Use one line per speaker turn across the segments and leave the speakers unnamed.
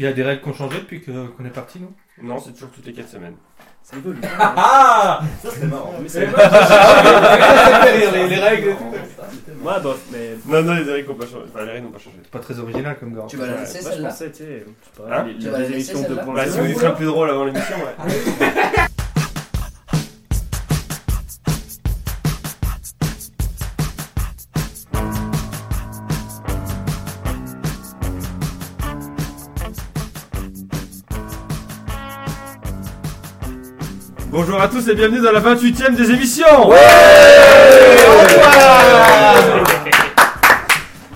Il y a des règles qui ont changé depuis que- qu'on est parti, non
Non, c'est toujours toutes les 4 semaines.
Ça évolue.
Ah
Ça c'est marrant. Mais
C'est
c'est
moi qui cherche. Ah, les, les règles et tout.
Moi, bof, mais.
Non, non, les règles n'ont pas changé. Enfin, les règles n'ont pas changé.
C'est pas très original comme gars.
Tu vas la laisser
Moi, je
celle-là
pensais, tu sais, je sais pas,
Hein
Ah, les-
Tu
les
vas la laisser,
émissions
celle-là
2.0.
Bah, si vous dites plus drôle avant l'émission, ouais.
Ah
Bonjour à tous et bienvenue dans la 28ème des émissions Et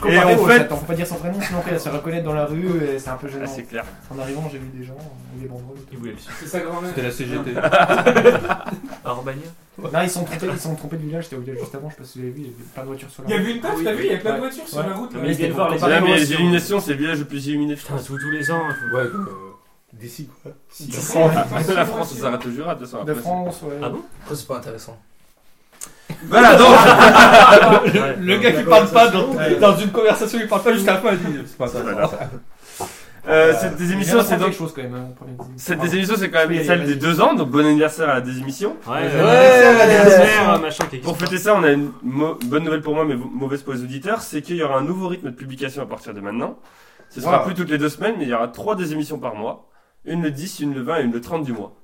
Comparé
en
au
fait-
chaton, faut pas dire son prénom, sinon après, elle se reconnaître dans la rue et c'est un peu
Ah,
gênant.
c'est clair.
en arrivant, j'ai vu des gens, euh, des banderoles. et tout.
C'est sa grand-mère.
C'était la CGT.
Non, ils sont trompés, ils sont trompés du village, j'étais au village juste avant, je sais pas si vous avez vu, il y avait plein de voitures sur la
Il y a
route.
vu une taf, t'as vu Il y a plein de voitures sur
Ah Ouais.
la route. là.
Mais ils viennent voir les
C'est là, mais les
animations.
illuminations, c'est le village le plus illuminé de France.
tous les ans.
Ouais, donc, euh, d'ici quoi.
Ah, la France, ça s'arrête au Jura, de toute façon.
De
après, c'est-
France, ouais.
Ah bon
Pourquoi c'est pas intéressant
Voilà, donc
Le gars qui parle pas dans, dans une conversation, il parle pas jusqu'à la fin, il dit c'est pas
Ah
ça.
euh, cette des émissions, c'est donc...
quelque chose quand même, hein, pour les émissions.
Cette
Pardon.
des émissions, c'est quand même
Oui,
celle
vas-y.
des deux ans, donc bon anniversaire à la désémission.
Ah,
Ouais, machin qui
Pour fêter ça, on a une mo- bonne nouvelle pour moi, mais mauvaise pour les auditeurs, c'est qu'il y aura un nouveau rythme de publication à partir de maintenant. Ce sera
Wow.
plus toutes les deux semaines, mais il y aura trois des émissions par mois. Une le 10, une le 20 et une le 30 du mois.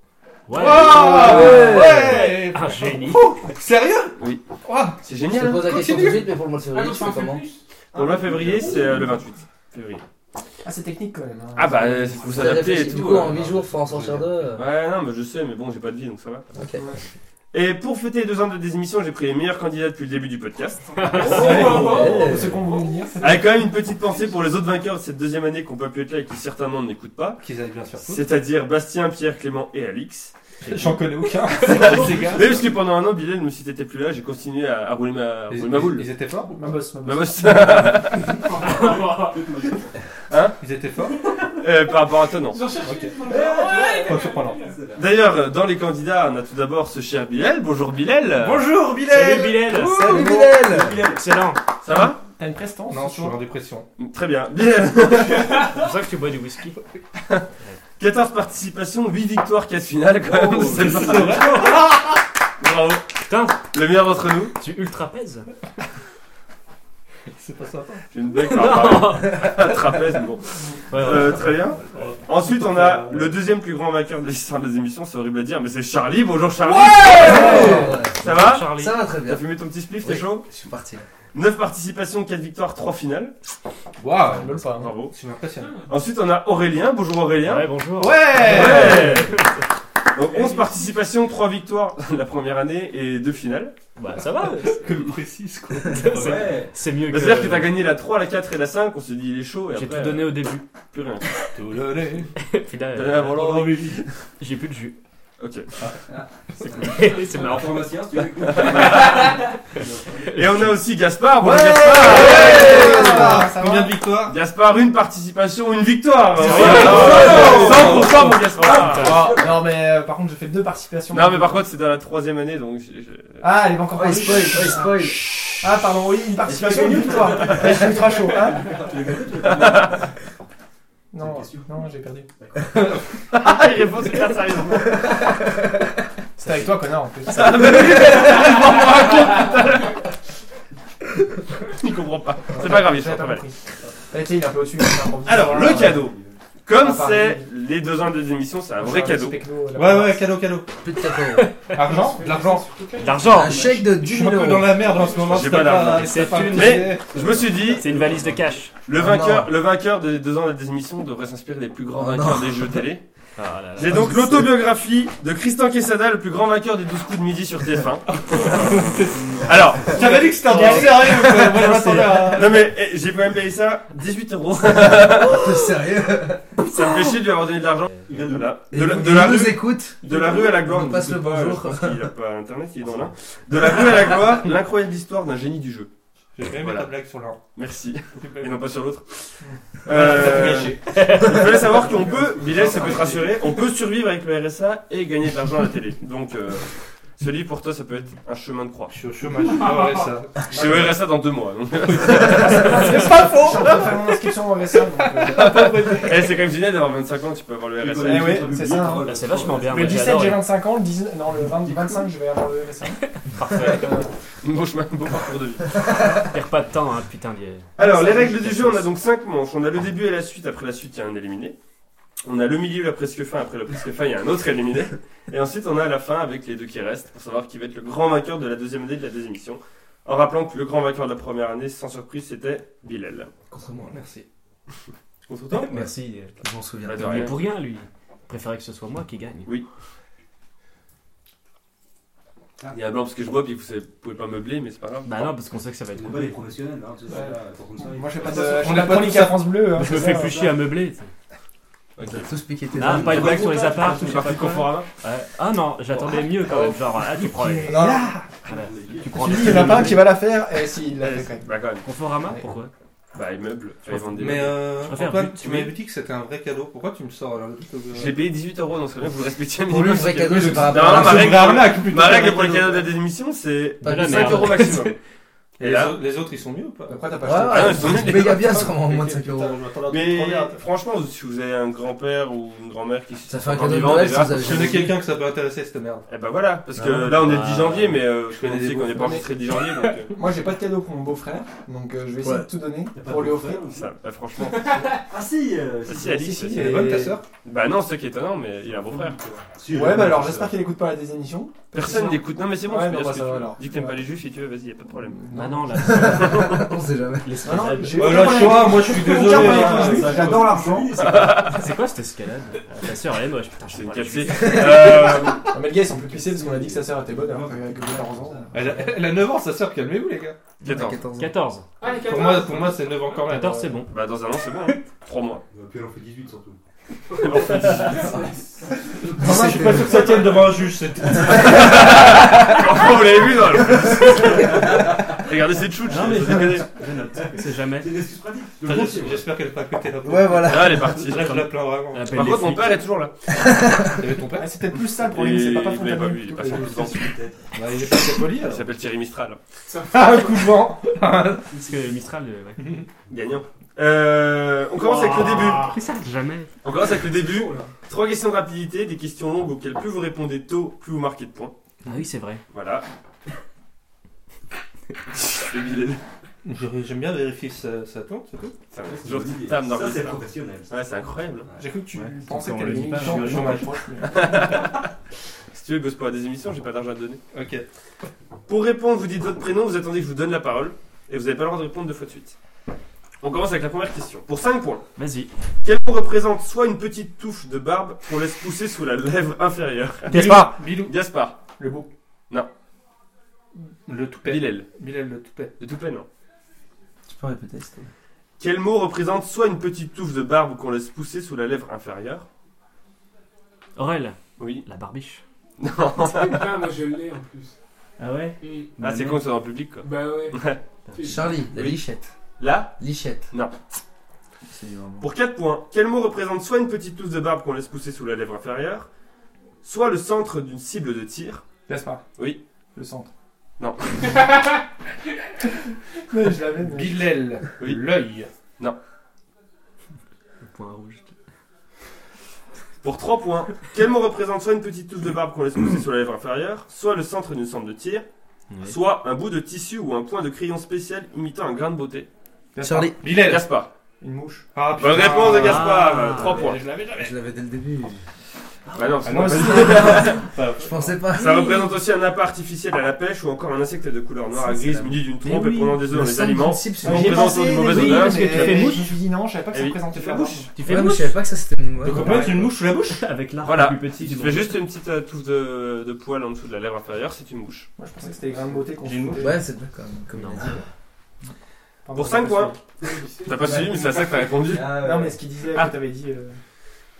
Ouais. Ah
Ouais
Un Ah, génie.
Sérieux
Oui.
Ouah,
C'est
Je te
génial.
pose la question tout de
Continue.
suite, mais pour le mois de
Ah
février,
non,
tu
ça
fais
en fait
comment
plus.
Pour le mois de février, c'est euh, le 28 février.
Ah, c'est technique quand même. hein.
Ah bah, euh, faut
T'as
s'adapter et
réfléchi,
tout.
Du coup, en
euh.
8 hein. jours, faut en sortir deux.
Ouais, non, mais je sais, mais bon, j'ai pas de vie, donc ça va.
Ok.
Et pour fêter les deux ans de désémission, j'ai pris les meilleurs candidats depuis le début du podcast.
Pour ceux qu'on voulait dire, c'est
Avec quand même une petite pensée pour les autres vainqueurs de cette deuxième année qu'on peut plus être là et qui certainement n'écoutent pas.
Qu'ils aillent bien sur tout.
C'est-à-dire Bastien, Pierre, Clément et Alix.
J'en connais aucun. Ces gars.
Mais parce que pendant un an, Bilal, nous, si t'étais plus là, j'ai continué à, à rouler ma, à
Ils,
rouler ma boule.
ils étaient forts
ma boss, ma boss.
Ma bosse.
Ils étaient forts
Euh, par rapport à toi, non.
J'en cherche une.
Pas surprenant.
D'ailleurs, dans les candidats, on a tout d'abord ce cher Bilal. Bonjour Bilal.
Bonjour
Salut Bilal.
Salut Bilal
Excellent.
Ça va
T'as une prestance
Non,
ce
je suis
soir.
en dépression.
Très bien. Bilal.
C'est pour ça que tu bois du whisky.
14 participations, 8 victoires, 4 finales quand
Oh,
même. C'est pas mal. Bravo.
Putain,
Le meilleur d'entre nous.
tu ultra pèses.
C'est pas sympa.
J'ai une blague par rapport à à trapèze, mais bon.
Ouais, ouais.
Euh, très bien. Ensuite, on a le deuxième plus grand vainqueur de l'histoire des émissions, c'est horrible à dire, mais c'est Charlie. Bonjour Charlie.
Ouais.
Ça va
Charlie.
Ça va très
T'as
bien.
fumé ton petit spliff,
Oui.
t'es chaud
Je suis parti.
9 participations, 4 victoires, 3 finales.
Waouh
Lol, pas, hein.
Bravo.
Tu m'impressionnes.
Ensuite, on a Aurélien. Bonjour Aurélien.
Ouais, bonjour.
Ouais. Donc 11 participations, 3 victoires la première année et 2 finales.
Bah, ça va.
Que précise quoi.
C'est-
Ouais.
C'est mieux que.
C'est-à-dire que t'as gagné la 3, la 4 et la 5, on se dit il est chaud et
J'ai
après,
tout donné au début.
euh, plus rien.
Tout le lait.
Puis là,
T'as
euh,
la volante.
j'ai plus de jus.
Ok.
C'est marrant.
pharmacien, si tu veux.
Et on a aussi Gaspard. Bonjour
Ouais.
Gaspard.
Ah, ça va
Combien de victoires
Gaspard, une participation, une victoire.
C'est
Ouais.
vrai.
100% mon Gaspard.
Ah, Non, mais euh, par contre, j'ai fait deux participations.
Non mais par contre c'est dans la troisième année donc j'ai- j'ai-
Ah, elle est encore
Oh,
pas
il spoil, oh, il spoil.
Ah, pardon, oui, une participation, une victoire. Ouais, Je suis ultra chaud, hein Non, non, j'ai perdu.
Ah, il répond super sérieusement.
C'était avec toi, connard, en plus.
Ah, Il comprend pas. C'est pas grave, il
J'avais
s'en
pas
rappelle.
compris. Bah, tu sais, il est un peu au-dessus. il est improvisé.
Alors, le cadeau. Comme
Ah, pardon.
c'est les deux ans des émissions, c'est un vrai
Enfin, le
cadeau.
specno, la
Ouais, ouais,
base.
cadeau, cadeau.
Plus de 4 euros.
Argent De l'argent.
D'argent.
Un chèque de
Je
10
suis un
000
peu dans
euros.
la merde en ce moment.
J'ai
c'est
pas d'argent.
c'est
C'est
pas
une-
mais
Je me suis dit,
C'est une valise de cash.
le
Oh
vainqueur, le vainqueur des deux ans des émissions devrait s'inspirer des plus grands
Oh
vainqueurs des jeux télé.
Ah là là.
J'ai donc l'autobiographie de Christian Quesada, le plus grand vainqueur des 12 coups de midi sur TF1. Alors,
J'avais dit que c'était un truc sérieux. mais Moi, je m'attendais
hein.
à.
non mais eh, j'ai quand même payé ça 18 euros.
T'es sérieux
Ça me fait chier de lui avoir donné de l'argent. Il vient de là.
Et
De la,
nous-
de la
nous
rue.
écoute.
De la rue à la gloire.
On
ne
passe
sais
le
pas,
bonjour.
Je pense qu'il a pas internet, il est dans l'un. De la rue à la gloire, l'incroyable histoire d'un génie du jeu.
J'ai aimé
Voilà.
ta blague sur l'un.
Merci.
J'ai pas
Et
aimé.
non pas sur l'autre.
T'as
Euh,
tout gâché.
je voulais savoir qu'on peut, Bilal, ça peut te rassurer, on peut survivre avec le RSA et gagner de l'argent à la télé. Donc, euh, Ce livre, pour toi, ça peut être un chemin de croix.
Je suis au chômage, je ferai ça.
Je verrai ça dans deux mois. donc.
C'est pas
Je suis en train de faire mon inscription au RSA. donc, euh,
Eh, c'est quand même génial d'avoir 25 ans, tu peux avoir le RSA.
Eh ouais, c'est ça. hein.
Bah, c'est vachement bien.
Le
moi, j'ai
17, j'ai
adoré.
25 ans. Le 19 non, le 20 25, je vais avoir le RSA.
Parfait.
Bon chemin, bon parcours de vie.
Perds pas de temps, hein, putain. d'y-
Ah, Alors, les
Ça,
règles
c'est
du jeu, on a donc 5 manches. On a le début et la suite. Après la suite, il y a un éliminé. On a le milieu, la presque fin. Après la presque fin, il y a un autre éliminé. Et ensuite, on a la fin avec les deux qui restent pour savoir qui va être le grand vainqueur de la deuxième année de la deuxième émission. En rappelant que le grand vainqueur de la première année, sans surprise, c'était Bilal.
Contrairement, merci.
Contre toi
Merci, je m'en souviens.
Bah, de
Il est
rien.
pour rien, lui. Il préférait que ce soit moi qui gagne.
Il y a un blanc parce que je bois, puis vous savez- vous pouvez pas meubler, mais c'est pas grave.
Bah non, parce qu'on sait que ça va être
On
cool.
pas les professionnels, hein, tu sais, c'est là, pour comme ça.
Moi, je fais pas
On
de,
a
je fais pas de
pas
chronique
tout ça.
à France Bleue. hein,
Je me
c'est
fais
ça.
plus chier à meubler. tu sais.
Ok.
Tous piquer tes
Non,
armes.
pas de blague sur les apparts. ou je
C'est
sais pas
parti
quoi.
Conforama
Ouais. Ah non, j'attendais mieux quand même. Genre, ah, tu prends les. Ah,
Non,
Tu prends
Tu
les-
dis, il y en a pas un qui va la faire. Et s'il la fait quand même.
Bah quand même.
Conforama Pourquoi
Bah ils meublent, ils vendent des
Mais
meubles.
euh,
Je préfère
Antoine,
but,
tu
oui.
m'avais dit que c'était un vrai cadeau. Pourquoi tu me sors alors
Je l'ai euh, payé 18 euros, donc c'est bien que vous respectiez un
Pour lui,
minimum.
le vrai cadeau, c'est par
Non,
Ah,
rapport à
ma
la-
règle,
arnaque plutôt.
ma règle pour les cadeaux de la démission, c'est
Pas
de la
5
merde.
euros maximum. Et
les,
là,
au- les autres ils sont mieux ou pas
Après, t'as pas acheté.
Ah,
Ouais, ouais,
ils sont nuls, les
c'est méga bien ce roman en moins de 5 euros.
mais franchement, si vous avez un grand-père ou une grand-mère qui
Ça fait un
encore
cadeau de
vivant,
Noël si
déjà,
vous avez
Je connais quelqu'un que ça peut intéresser cette merde.
Eh bah voilà, parce que
Ah.
là on est le 10 janvier, mais euh, je
Je connais
connais
des
qu'on n'est pas
beaux-frères.
enregistré le 10 janvier, donc euh,
Moi, j'ai pas de cadeau pour mon beau-frère. Donc, euh, je vais essayer
Ouais.
de tout donner
pas
pour
de
lui offrir.
ça, bah, franchement.
Ah si euh,
Si, si, Alix,
si,
c'est-
si.
Elle est bonne ta sœur
Bah non, c'est ça qui est étonnant, mais il a un beau-frère.
si,
Ouais,
euh,
bah alors, j'espère qu'il écoute pas la désémission.
Personne n'écoute. Non, mais c'est bon,
Ouais,
tu peux
non,
dire
bah,
ce
ça va,
que tu veux.
alors.
Dis que t'aimes pas les juifs si tu veux, vas-y, y a pas de problème.
Bah non, là.
On sait jamais.
laisse-moi
Non, non,
Ah
faire.
j'ai
Bah
aucun
là, je
problème.
sais pas, moi je suis
J'ai aucun
désolé.
problème
hein.
avec les juifs, J'adore l'argent.
C'est quoi cette escalade Ah, Ta sœur, elle est moche. Putain, je
C'est
sais
une
pas.
cassée. Euh,
Non, mais les gars, ils sont plus pissés parce qu'on a dit que sa sœur était bonne alors qu'elle a que 14 ans.
Elle a- elle a 9 ans sa sœur, calmez-vous les gars.
14.
14 ans.
14.
Ah, les
Pour
14
moi, pour moi c'est 9 ans quand même.
14, c'est bon.
Bah dans un an, c'est bon. hein. Trois mois.
Puis elle en fait 18 surtout.
Enfin, je suis pas sûr que
Ça tienne devant un juge, c'est
Enfin, vous l'avez vu dans le- Regardez cette chouche.
Non, mais-
je déconne.
C'est jamais.
C'est une excuse pratique.
Enfin, j'es- J'espère qu'elle est pas à côté là.
Ouais, voilà.
Ah, elle est partie.
Là, je la plains vraiment.
Elle appelle
Par
les
contre, mon
flics.
père est toujours là.
Il y avait ton père
Ah, c'est peut-être plus ça le
Et
problème, c'est papa
il l'a pas
Fontaine.
vu, il est passé en plus dense.
Bah, Il est pas très poli
Il
alors.
s'appelle Thierry Mistral.
Ah, un coup de vent
Parce que Mistral. euh, ouais.
Gagnant. Euh, on commence avec le début.
Ah. C'est ça, jamais.
On commence avec le début. Trois questions de rapidité, des questions longues auxquelles plus vous répondez tôt, plus vous marquez de points.
Ah oui, c'est vrai.
Voilà. C'est Bilal.
J'aurais- J'aime bien vérifier sa, sa tante, c'est tout.
C'est un- toujours une table dans
Ça,
le
c'est
salon.
professionnel. ça.
Ouais, c'est incroyable.
J'ai cru que tu
Ouais,
pensais
on
que
le
t'avais
dit
mis
pas,
une
je
jambe
suis au
dans ma
chômage.
poche, mais-
Si tu veux, bosse pour la désémission, j'ai pas d'argent à te donner.
Ok.
Pour répondre, vous dites votre prénom, vous attendez que je vous donne la parole, et vous n'avez pas le droit de répondre deux fois de suite. On commence avec la première question. Pour 5 points,
Vas-y.
quel mot représente soit une petite touffe de barbe qu'on laisse pousser sous la lèvre inférieure
Gaspard
Bilou,
Gaspard,
le beau.
Non.
Le toupet.
Bilal,
Bilal, le toupet.
de tout plein nom.
Tu peux répéter, s'il te plaît.
Quel mot représente soit une petite touffe de barbe qu'on laisse pousser sous la lèvre inférieure
Aurel,
Oui.
la barbiche.
Non.
Putain, Ah, moi je l'ai en plus.
Ah ouais
Hmm.
Ah, c'est con que ce soit dans le public, quoi.
Bah ouais.
Charlie, la
Oui.
lichette.
Là,
Lichette.
Non.
C'est du moment.
pour 4 points, quel mot représente soit une petite touffe de barbe qu'on laisse pousser sous la lèvre inférieure, soit le centre d'une cible de tir
Gaspard
Oui.
Le centre.
Non.
Ouais, je l'avais, mais-
Bilal,
Oui.
l'œil.
Le point rouge.
Pour 3 points, quel mot représente soit une petite touffe de barbe qu'on laisse pousser sur la lèvre inférieure, soit le centre d'une centre de tir, soit un bout de tissu ou un point de crayon spécial imitant un grain de beauté
Gaspard.
Charlie,
Bilal.
Gaspard.
Une mouche.
Ah,
Bonne réponse de
Ah.
Gaspard, 3
mais
points.
Je l'avais jamais.
je l'avais dès le début.
Bah non, c'est
Ah,
pas
moi aussi.
Je pensais pas.
Ça représente aussi un appât artificiel à la pêche ou encore un insecte de couleur noire à
Ça, c'est
grise
la-
muni d'une trompe
Mais
et prenant
oui,
des œufs
le
dans les
simple
aliments.
principe, c'est
On
bon.
J'y ai
présente une
pensé,
mauvaise
mais oui,
odeur,
parce que
mais-
tu fais
mais-
mouche. Je me suis dit non, je savais pas que
Eh
ça
oui.
représentait
Tu
la
fais
bouche.
Tu fais
Ouais, mais
mouche
je savais pas que ça c'était une. ouais,
Donc,
ouais.
on peut mettre une mouche sous la bouche
avec l'arbre
Voilà.
plus petit
Tu
du
te
monde.
fais juste une petite euh, touffe de, de poil en dessous de la lèvre inférieure, c'est une mouche.
Moi, je pensais que c'était les grains de beauté qu'on se foutait.
Ouais, c'est bien quand même. Comme il a
Non.
dit.
Pardon,
Pour
j'ai
5
pas
points.
suivi.
T'as pas suivi, mais c'est à ça que t'as répondu.
Non, mais ce qu'il disait,
Ah.
que t'avais dit. euh,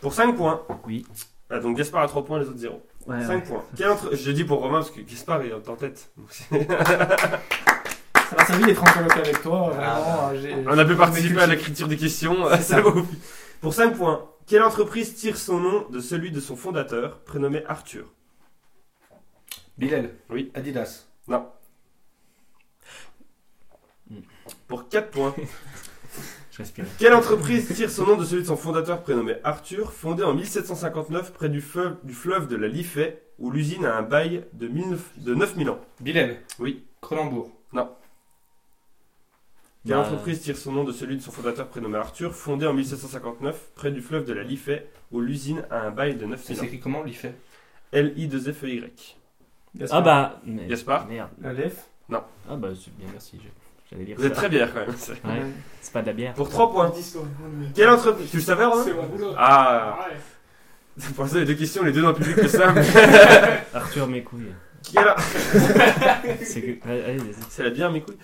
Pour 5 points.
Oui. Ah,
Ah, donc Gaspard a 3 points, les autres 0.
Ouais,
5 points. Quel entre... Je dis pour Romain parce que Gaspard est en tête. Donc, c'est-
Ça m'a servi d'être en coloc avec toi, euh, vraiment. j'ai-
Ah. On a pu
j'ai-
participer à l'écriture des questions. Ça vaut. Pour 5 points. Quelle entreprise tire son nom de celui de son fondateur, prénommé Arthur
Bilal.
Oui.
Adidas.
Pour 4 points.
Je respire.
Quelle entreprise tire son nom de celui de son fondateur prénommé Arthur, fondé en 1759 près du fleuve, du fleuve de la Liffey, où l'usine a un bail de, 1900 de 9000 ans
Bilal.
Oui.
Cronenbourg.
Quelle
Bah,
entreprise tire son nom de celui de son fondateur prénommé Arthur, fondé en 1759 près du fleuve de la Liffey, où l'usine a un bail de
Ça
9000 ans
s'écrit comment L'IFE
L-I-2-F-E-Y.
Ah bah. mais-
Gaspard
Merde.
Aleph.
Ah bah, c'est bien, merci. je- J'allais dire.
Vous êtes
ça.
très bière quand même. c'est-
Ouais. C'est pas de la bière.
Pour 3 points.
Disco, mon numéro.
Quelle entreprise Tu le savais, Romain
C'est mon boulot.
Ah
Ouais.
Pour l'instant, les deux questions, les deux dans le public le savent.
Arthur, mes couilles.
Quelle-
C'est que. Ouais, Allez, vas-y.
C'est la bière, mes couilles.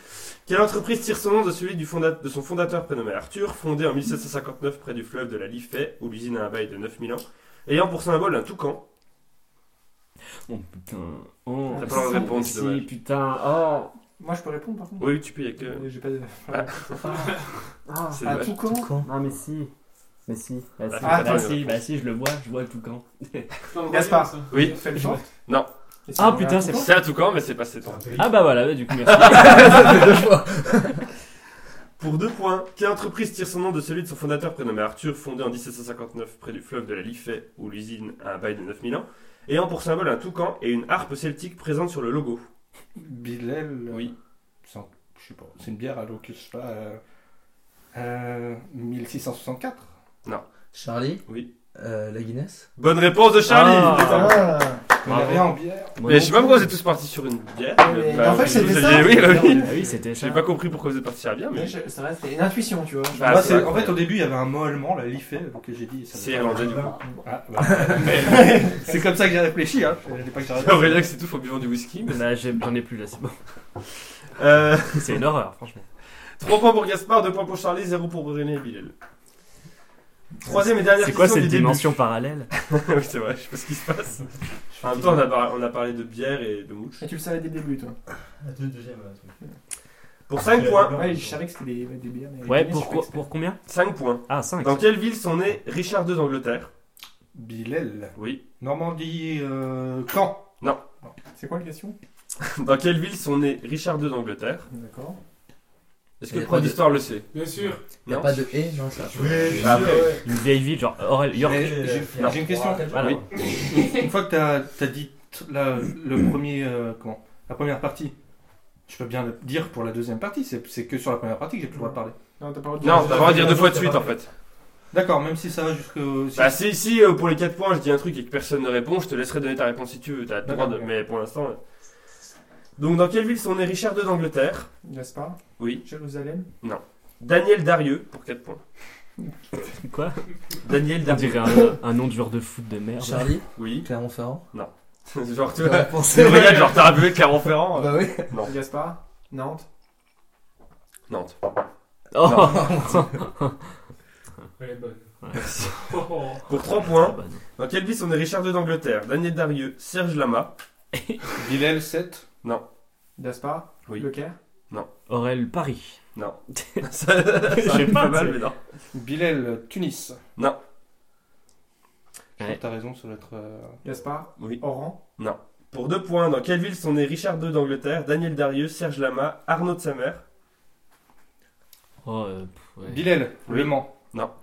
Quelle entreprise tire son nom de celui du fonda- de son fondateur prénommé Arthur, fondé en 1759 près du fleuve de la Liffey, où l'usine a un bail de 9000 ans, ayant pour symbole un toucan
Oh putain. Oh.
T'as pas la
si,
réponse,
si,
dommage.
putain. Oh.
Moi, je peux répondre par contre
Oui, tu peux, il y a que.
Euh, J'ai pas de.
Ah.
C'est
Ah,
dommage.
tout con
Quand
Non mais si. Mais si. Bah si,
Ah,
bah,
attends.
si, bah si, je le vois, je vois le toucan.
Non, on va
Gaspard.
dire ça.
Oui.
Fais le choix.
Ah putain, c'est
C'est un toucan, mais c'est pas cet ans.
Ah bah voilà, bah, du coup merci.
Pour deux points, quelle entreprise tire son nom de celui de son fondateur prénommé Arthur, fondé en 1759 près du fleuve de la Liffey, où l'usine a un bail de 9000 ans, ayant pour symbole un toucan et une harpe celtique présente sur le logo
Bilal.
Oui.
C'est un- je sais pas. C'est une bière à l'eau que je sais pas. euh, euh, 1664.
Charlie
Oui.
Euh, la Guinness
Bonne réponse de Charlie
Ah.
On avait un en bière.
Moi,
Mais je sais
non
pas
plus.
pourquoi vous êtes tous partis sur une bière.
Mais
Bah,
en fait,
vous-
c'était
vous
ça.
aviez- Oui, bah oui.
Ah oui, c'était ça.
J'ai pas compris pourquoi vous êtes partis à la bière, mais.
Ça reste une intuition, tu vois.
Bah,
Moi,
c'est
c'est-
vrai.
en fait, au début, il y avait un mot allemand, là, l'IFE, donc j'ai dit. ça
C'est
me parle.
irlandais du coup.
Ah, bah, mais- c'est comme ça que j'ai réfléchi, hein. Je dis pas que j'ai réfléchi.
Aurélien, c'est tout en buvant du whisky. mais-
Bah, j'ai- J'en ai plus là, c'est bon.
Euh,
C'est une horreur, franchement.
3 points pour Gaspard, 2 points pour Charlie, 0 pour René et Bilal. Troisième et dernière
C'est quoi
question
cette
du début.
dimension parallèle
Oui, c'est vrai, je sais pas ce qui se passe. En même temps, on a, par- on a parlé de bière et de mouche.
Et tu le savais dès le début, toi.
Pour 5 points.
Ouais, je savais que c'était des, des bières. mais-
Ouais,
mais je
pour,
savais que
quoi-
c'était-
pour combien
5 points.
Ah, 5.
Dans quelle ville sont nés Richard II d'Angleterre
Bilal.
Oui.
Normandie, euh, Caen.
C'est quoi la question
Dans quelle ville sont nés Richard II d'Angleterre
D'accord.
Est-ce que
Il y
le
a
prof
pas de-
d'histoire le sait
Bien sûr.
Y'a
Non.
pas de et Non, ça.
Ah, ouais.
Une vieille ville, genre Aurel, York.
Mais J'ai j'ai une question.
Voilà.
Oui.
Une fois que t'as as dit t- la, le premier, euh, comment, la première partie, je peux bien le dire pour la deuxième partie. C'est c'est que sur la première partie que j'ai plus le droit de parler.
Non, t'as pas le droit de
Non, t'as pas le droit de dire deux fois de
c'est
suite
pas
en fait.
D'accord, même si ça va jusqu'au. si-
Bah si, si euh, pour les 4 points je dis un truc et que personne ne répond, je te laisserai donner ta réponse si tu veux, t'as le droit de...
D'accord.
Mais pour l'instant... euh. Donc dans quelle ville sont nés Richard II d'Angleterre
Gaspard
Oui.
Jérusalem
Daniel Darieux, pour 4 points.
Quoi
Daniel
On
Darieux.
dirait un, un nom de joueur de foot de merde.
Charlie
Oui.
Clermont-Ferrand
genre tu
Tu
vois...
vas
Tu
penser
me regardes genre t'as rappelé Clermont-Ferrand euh,
Bah oui
Gaspard Nantes
Nantes.
Oh
Elle est bonne.
Ouais.
Oh, oh.
Pour 3
Ah
points,
bah non.
dans quelle ville sont nés Richard II d'Angleterre Daniel Darieux, Serge Lama.
Bilal 7.
Gaspard
Oui.
Le Caire
Aurel, Paris.
Non. ça, ça arrive
pas,
pas mal
c'est-
mais non.
Bilal Tunis.
Non.
Je crois
Ouais.
que T'as raison, ça doit être. euh,
Gaspard
Oui.
Oran
Pour 2 points, dans quelle ville sont nés Richard II d'Angleterre Daniel Darieux, Serge Lama, Arnaud de sa mère.
Oh, euh, pff, ouais.
Bilal,
Oui.
Le Mans.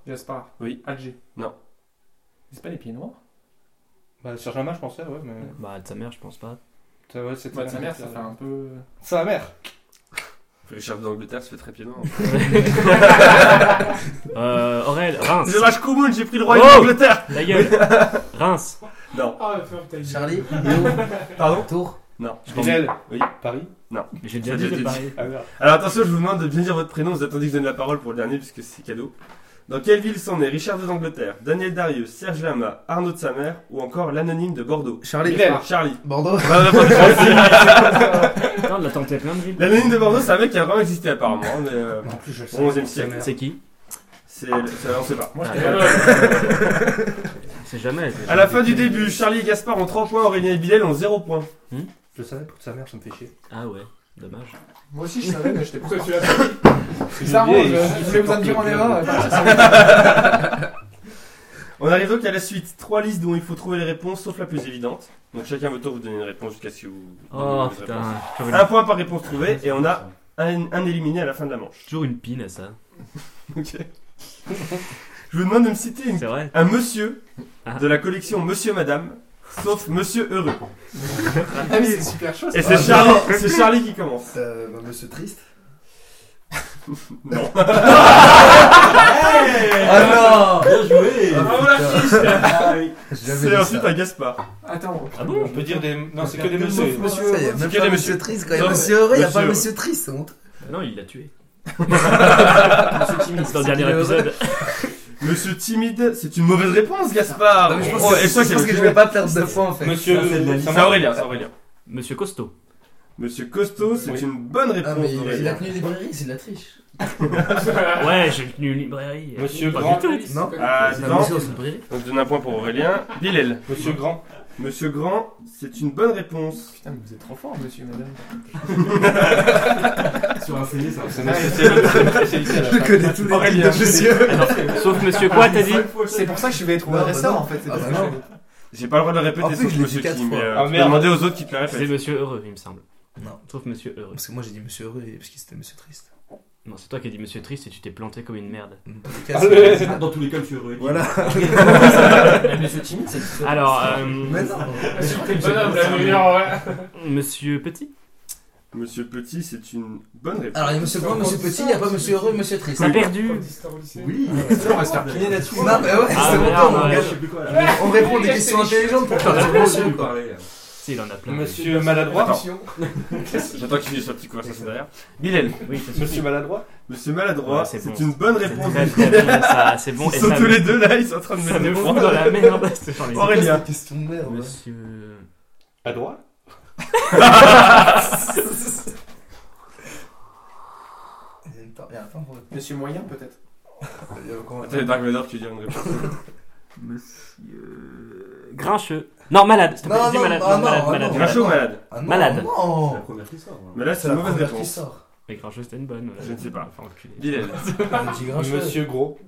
Gaspard
Oui.
Alger
Non.
C'est pas les pieds noirs
Bah, sur Germain, je pensais, ouais, mais.
Bah, de sa mère, je pense pas.
Ça, ouais, c'était
Bah,
la
sa mère,
mère,
ça fait
ça.
un peu.
Sa mère
Richard II d'Angleterre se fait très piédant.
Euh, Aurel, Reims.
Je lâche Koumoun, j'ai pris le roi
Oh
d'Angleterre
La gueule. Reims.
Non.
Ah, elle fait un petit-
Charlie Léo
Pardon
Tour
Bilal
Oui.
Paris
Mais J'ai déjà
Ça,
dit
j'ai
de
dit.
Paris.
Ah, merde.
Alors attention, je vous demande de bien dire votre prénom, vous attendez que je donne la parole pour le dernier puisque c'est cadeau. Dans quelle ville sont nés Richard II d'Angleterre, Daniel Darieux, Serge Lama, Arnaud de sa mère ou encore l'anonyme de Bordeaux
Charlie
Bilal, Charlie. Bah,
Bordeaux
Bonne réponse de Charlie.
Putain, on l'a tenté plein de villes.
L'anonyme de Bordeaux, c'est un mec qui a vraiment existé apparemment, hein, mais euh,
En plus, je le
au 11e siècle.
C'est qui
C'est, ça, on sait pas.
Moi,
Ah,
je
ouais.
t'ai
C'est jamais.
À la fin du début, Charlie et Gaspard ont 3 points, Aurélien et Bilal ont 0 points.
Je le savais pour sa mère, ça me fait chier.
Ah ouais, dommage.
Moi aussi, je savais, mais je t'ai pas
Pourquoi tu l'as fait
hein, Ça arrange, je voulais vous en dire en erreur.
On arrive donc à la suite. Trois listes dont il faut trouver les réponses, sauf la plus évidente. Donc chacun votre tour vous donner une réponse jusqu'à ce que vous.
Oh
vous donnez une réponse.
putain, j'ai toujours
Un
une-
point par réponse trouvée et on a un, un éliminé à la fin de la manche.
toujours une pine à ça.
Ok. Je vous demande de me citer une-
C'est vrai
un monsieur
Ah.
de la collection Monsieur Madame, sauf Monsieur Heureux.
Ah, mais c'est super chaud.
Et c'est Charlie, c'est Charlie qui commence.
Euh, bah, Monsieur Triste.
Non.
Ah non
Bien joué
Bravo la fiche
Ah, C'est ensuite un Gaspard.
Attends.
Ah bon
On peut dire des. Non, c'est que des
Monsieur,
messieurs.
monsieur, il y a même
que
pas
des
monsieur
messieurs.
Triste quand il y a
Non,
monsieur heureux, il n'y a pas
monsieur.
monsieur Triste, c'est honteux.
Non, il l'a tué. Dans le dernier épisode.
Monsieur timide, c'est une mauvaise réponse, Gaspard.
Non, mais je pense
Oh,
que-
et
je
toi, c'est
pense que je vais pas perdre deux fois en fait.
Monsieur.
C'est Aurélien, c'est Aurélien.
Monsieur Costaud.
Monsieur Costaud, c'est
Oui.
une bonne
Ah,
réponse.
mais il- il
d'Aurélien.
a tenu les librairies, c'est de la triche.
Ouais, j'ai tenu une librairie.
Monsieur
Pas
Grand.
du tout.
Non
Ah,
C'est
non.
la mesure, c'est une librairie.
Donc je donne un point pour Aurélien. Bilel.
Monsieur Grand.
Monsieur Grand, c'est une bonne réponse.
Putain, mais vous êtes trop fort, monsieur, madame.
Sur un feuillet, ça.
C'est notre spécialiste. c'est notre spécialiste à la
Je
fin.
connais tous les types de monsieur.
Sauf Monsieur quoi, t'as dit
C'est pour ça que je vais trouver
Non,
un
bah
restaurant
non.
en fait. c'est
Ah,
pour
bah
ça que
non.
J'ai pas le droit de le
En
répéter
plus,
sauf
je l'ai
Monsieur
dit quatre
Tim. Mais euh,
fois.
Ah,
je vais
merde.
demander aux autres qui te la
C'est
répètent.
Monsieur Heureux, il me semble.
Non.
Sauf Monsieur Heureux.
Parce que moi j'ai dit monsieur heureux et- parce que c'était monsieur triste.
Non, c'est toi qui as dit Monsieur Triste et tu t'es planté comme une merde.
Dans tous les
Ah,
cas,
le-
c'est-
Dans tous les cas, monsieur heureux.
Voilà.
Monsieur Timide, c'est qui
Alors, euh,
Mais non.
C'était le bonhomme, la meilleure, ouais.
Monsieur Petit
Monsieur Petit, c'est une bonne réponse.
Alors il y a monsieur grand, monsieur petit, il n'y a pas monsieur heureux, monsieur triste.
T'as perdu
Oui.
On va se faire piner là-dessus.
Non, mais euh, ouais,
Ah,
c'est bon,
merde,
on
ouais.
gâche. On répond des questions intelligentes pour faire des
Monsieur
questions.
parler.
Si, il en a plein.
Monsieur maladroit.
J'attends qu'il finisse sa petite conversation derrière. Bilel.
Oui, ça suffit.
Monsieur maladroit.
Monsieur maladroit,
Ouais, c'est
c'est
bon.
une bonne
C'est
réponse.
très, très bien, ça, c'est bon.
Ils
Et
sont
ça
tous
me-
les deux là, ils sont en train de
Ça
me
me fout dans la merde. hein, c'est genre les-
Aurélien.
Question de merde. ouais.
Monsieur.
À droite.
Il y a une temps- il y a un temps pour répondre.
Monsieur moyen peut-être.
Il y a encore un
Attends, Dark Vador, tu dis une réponse.
Monsieur. Grincheux. Non, malade, s'il te plaît,
Non,
dis
non,
malade,
ah,
non, malade,
non,
malade.
non.
malade.
Grinchot ou malade
Ah non,
Malade.
Oh,
Non
première qui sort.
Mais là, c'est une
la
mauvaise
première qui
réponse.
sort.
Mais Grincheux, c'était une bonne. ouais.
Je ne sais pas.
Enfin, enculé.
Bilel.
Un petit grincheux.
Monsieur Gros.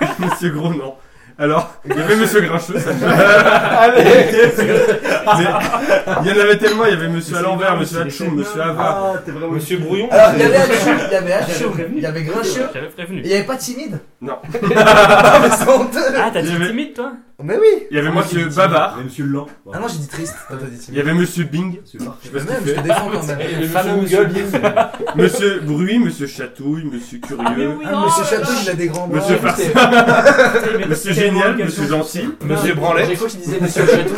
Monsieur Gros, non. Alors, il y avait Monsieur Grincheux, ça
Ah,
Mais Il y en avait tellement, il y avait Monsieur à l'envers, Monsieur Hachoum, Monsieur Ava.
Ah, t'es vraiment.
Monsieur Brouillon.
Alors, il y avait Hachoum, il y avait Hachoum,
prévenu.
il y avait Grincheux,
J'avais
et
prévenu.
il n'y avait pas Timide
Non.
Ah, mais c'est honteux
Ah, t'as dit
Il y avait-
timide, toi
Mais oui
Il y avait Monsieur Babar.
Et Monsieur Lan.
Ah non, j'ai dit triste. Toi, t'as dit
Il y
Timide.
avait Monsieur Bing,
Monsieur Lan.
je sais pas
Même,
ce
je
qu'il
te défends quand même.
fameux
fait. Monsieur Bruit, Monsieur Chatouille, Monsieur Curieux,
Ah,
oh,
Monsieur Château, il a des grands bras.
Monsieur Farcé, Monsieur Génial, Monsieur Gentil,
Monsieur
J'ai
Branlette.
cru qu'il disait monsieur Chatou.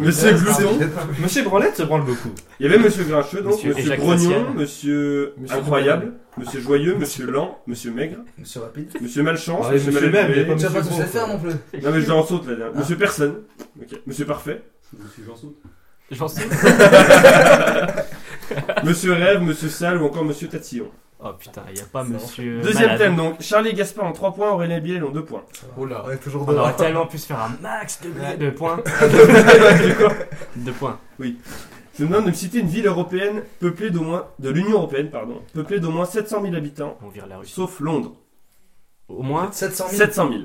Monsieur Glouton.
Monsieur Branlette se branle beaucoup.
Il y avait Monsieur Grincheux, donc
Monsieur
Monsieur
Jacques
Grognon,
Facial.
Monsieur
Monsieur
Incroyable, Monsieur Joyeux, Monsieur Lent, Monsieur Maigre,
Monsieur Rapide.
Monsieur Malchance,
Ah, et Monsieur
Malgré.
Même, il y a pas
Tu vas pas
Monsieur
tous
Gros,
les faire non plus.
Non mais je en saute là. dernière. Monsieur Personne, Ok. Monsieur Parfait,
Monsieur Janson.
J'en sais.
Monsieur Rêve, Monsieur Sale ou encore Monsieur Tatillon.
Oh putain, y a pas monsieur.
Deuxième
Euh, malade.
thème donc, Charlie et Gaspard en 3 points, Aurélien et Biel en 2 points.
Oh
On est toujours
On
devant.
aurait tellement pu se faire un max de, de points.
Ah,
de points.
Je me demande de me citer une ville européenne peuplée d'au moins de l'Union européenne pardon, peuplée d'au moins 700 000 habitants,
On vire la Russie.
sauf Londres.
Au moins,
700 000.
700 000,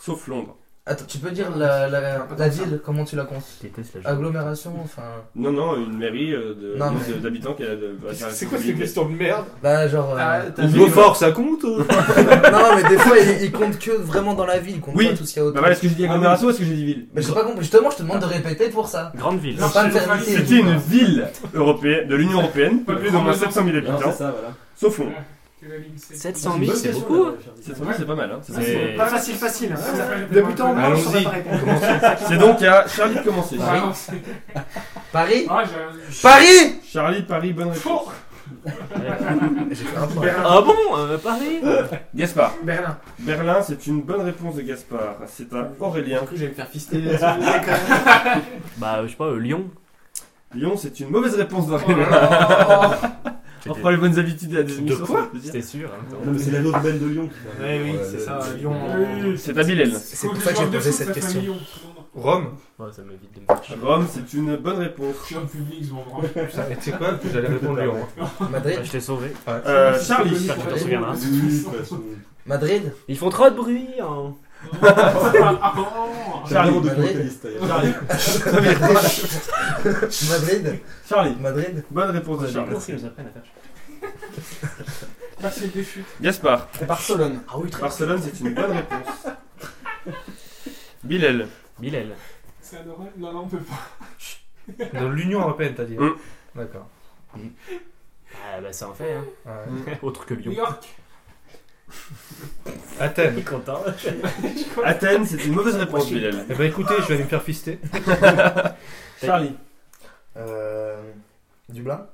sauf Londres.
Attends, tu peux dire la, la, la ville, comment tu la comptes
je déteste la Russie.
Agglomération, enfin.
Non non, une mairie euh, de-
Non,
de- d'habitants qu'elle a de.
C'est quoi ces questions de merde
Bah, genre. euh,
Beaufort, ça compte euh
Bah,
non, mais des fois, ils, ils comptent que vraiment dans la ville, ils comptent
Oui.
pas tout ce qu'il y a
Bah
autour.
voilà, est-ce que j'ai dit agglomération ou est-ce que j'ai dit ville
mais j'ai pas compris, justement, je te demande de répéter pour ça.
Grande ville.
C'est pas me faire imiter,
C'était
quoi.
une ville européenne, de l'Union européenne, peuplée d'au moins 700 000
Alors, c'est
habitants,
ça, voilà.
sauf Londres.
700 000, c'est beaucoup. hein.
700 000 c'est pas mal hein.
C'est-
C'est-
Pas facile, facile. hein.
Ouais.
Débutant en blanche, on va
Allons-y.
pas répondre.
C'est donc à Charlie de commencer.
Paris
Ah, j'ai
Paris
Charlie, Paris, bonne réponse.
J'ai fait un point.
Ah bon euh, Paris
Gaspard.
Berlin.
Berlin, c'est une bonne réponse de Gaspard. C'est à Aurélien.
Du coup, je vais me faire fister.
Bah, euh, je sais pas, euh, Lyon.
Lyon, c'est une mauvaise réponse d'Aurélien. On reprend les bonnes habitudes de la
De
démission.
quoi Oh, C'était sûr. hein.
Non, mais c'est l'anneau de Ben de Lyon.
Ouais, oui, c'est ça, Lyon.
Oui,
Euh, C'est à Bilel.
C'est pour ça que j'ai posé cette question.
Rome.
Ouais, ça m'évite de me faire chier.
Rome, c'est une bonne réponse.
Je suis en public, je m'en branle.
Tu sais quoi J'allais répondre Lyon.
Madrid
Bah, je t'ai sauvé.
Euh, Charlie.
J'espère que t'en souviendras.
Oui, de toute façon.
Madrid
Ils font trop de bruit. hein.
Ah
Charlie,
de
Madrid,
mentaliste.
Charlie.
Madrid,
Charlie.
Madrid.
Bonne réponse de Charles.
nous apprennent à faire.
Merci des chutes.
Gaspard.
Barcelone.
Ah oui, très
Barcelone, c'est une bonne réponse. Bilal.
Bilal.
C'est adorable. Non, non, on peut pas.
Dans l'Union Européenne, t'as dit.
Hum.
D'accord.
Ah bah ça en fait, hein.
Ouais.
Mm.
Autre que
New
Lyon.
York.
Athènes.
Il est content.
Athènes, c'est une mauvaise réponse, Bilal.
Eh ben écoutez, je vais aller me faire fister.
Charlie.
Euh. Dublin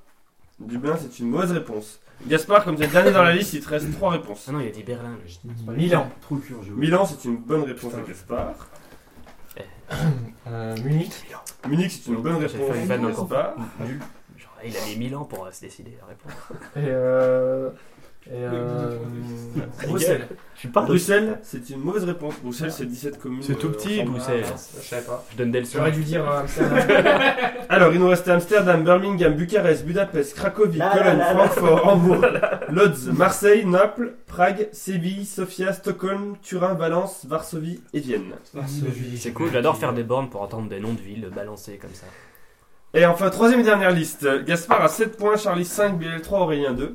Dublin, c'est une mauvaise réponse. Gaspard, comme tu es le dernier dans la liste, il te reste 3 réponses.
Ah non, il a dit Berlin. mais je dis-
Mm. Milan. Trop dur, je
Milan, c'est une bonne réponse à Gaspard.
Euh, Munich.
Munich, c'est une bonne
J'ai fait
réponse
une
à
vanne encore.
Gaspard.
Nul. Genre, il a mis 1000 ans pour euh, se décider à répondre.
Et euh. Et euh. Bruxelles.
Je parle de...
Bruxelles, c'est une mauvaise réponse. Bruxelles, c'est 17 communes.
C'est tout
euh,
petit,
ensemble.
Bruxelles.
Je savais pas.
Ah, Je donne des leçons.
J'aurais dû dire euh, Amsterdam.
Alors, il nous reste Amsterdam, Birmingham, Bucarest, Budapest, Cracovie, Cologne, Francfort, Hambourg, Lodz, Marseille, Naples, Prague, Séville, Sofia, Stockholm, Turin, Valence, Varsovie et Vienne.
Ah,
Ah,
C'est cool, j'adore faire des bornes pour entendre des noms de villes balancés comme ça.
Et enfin, troisième et dernière liste. Gaspard à 7 points, Charlie 5, Bilal 3, Aurélien 2.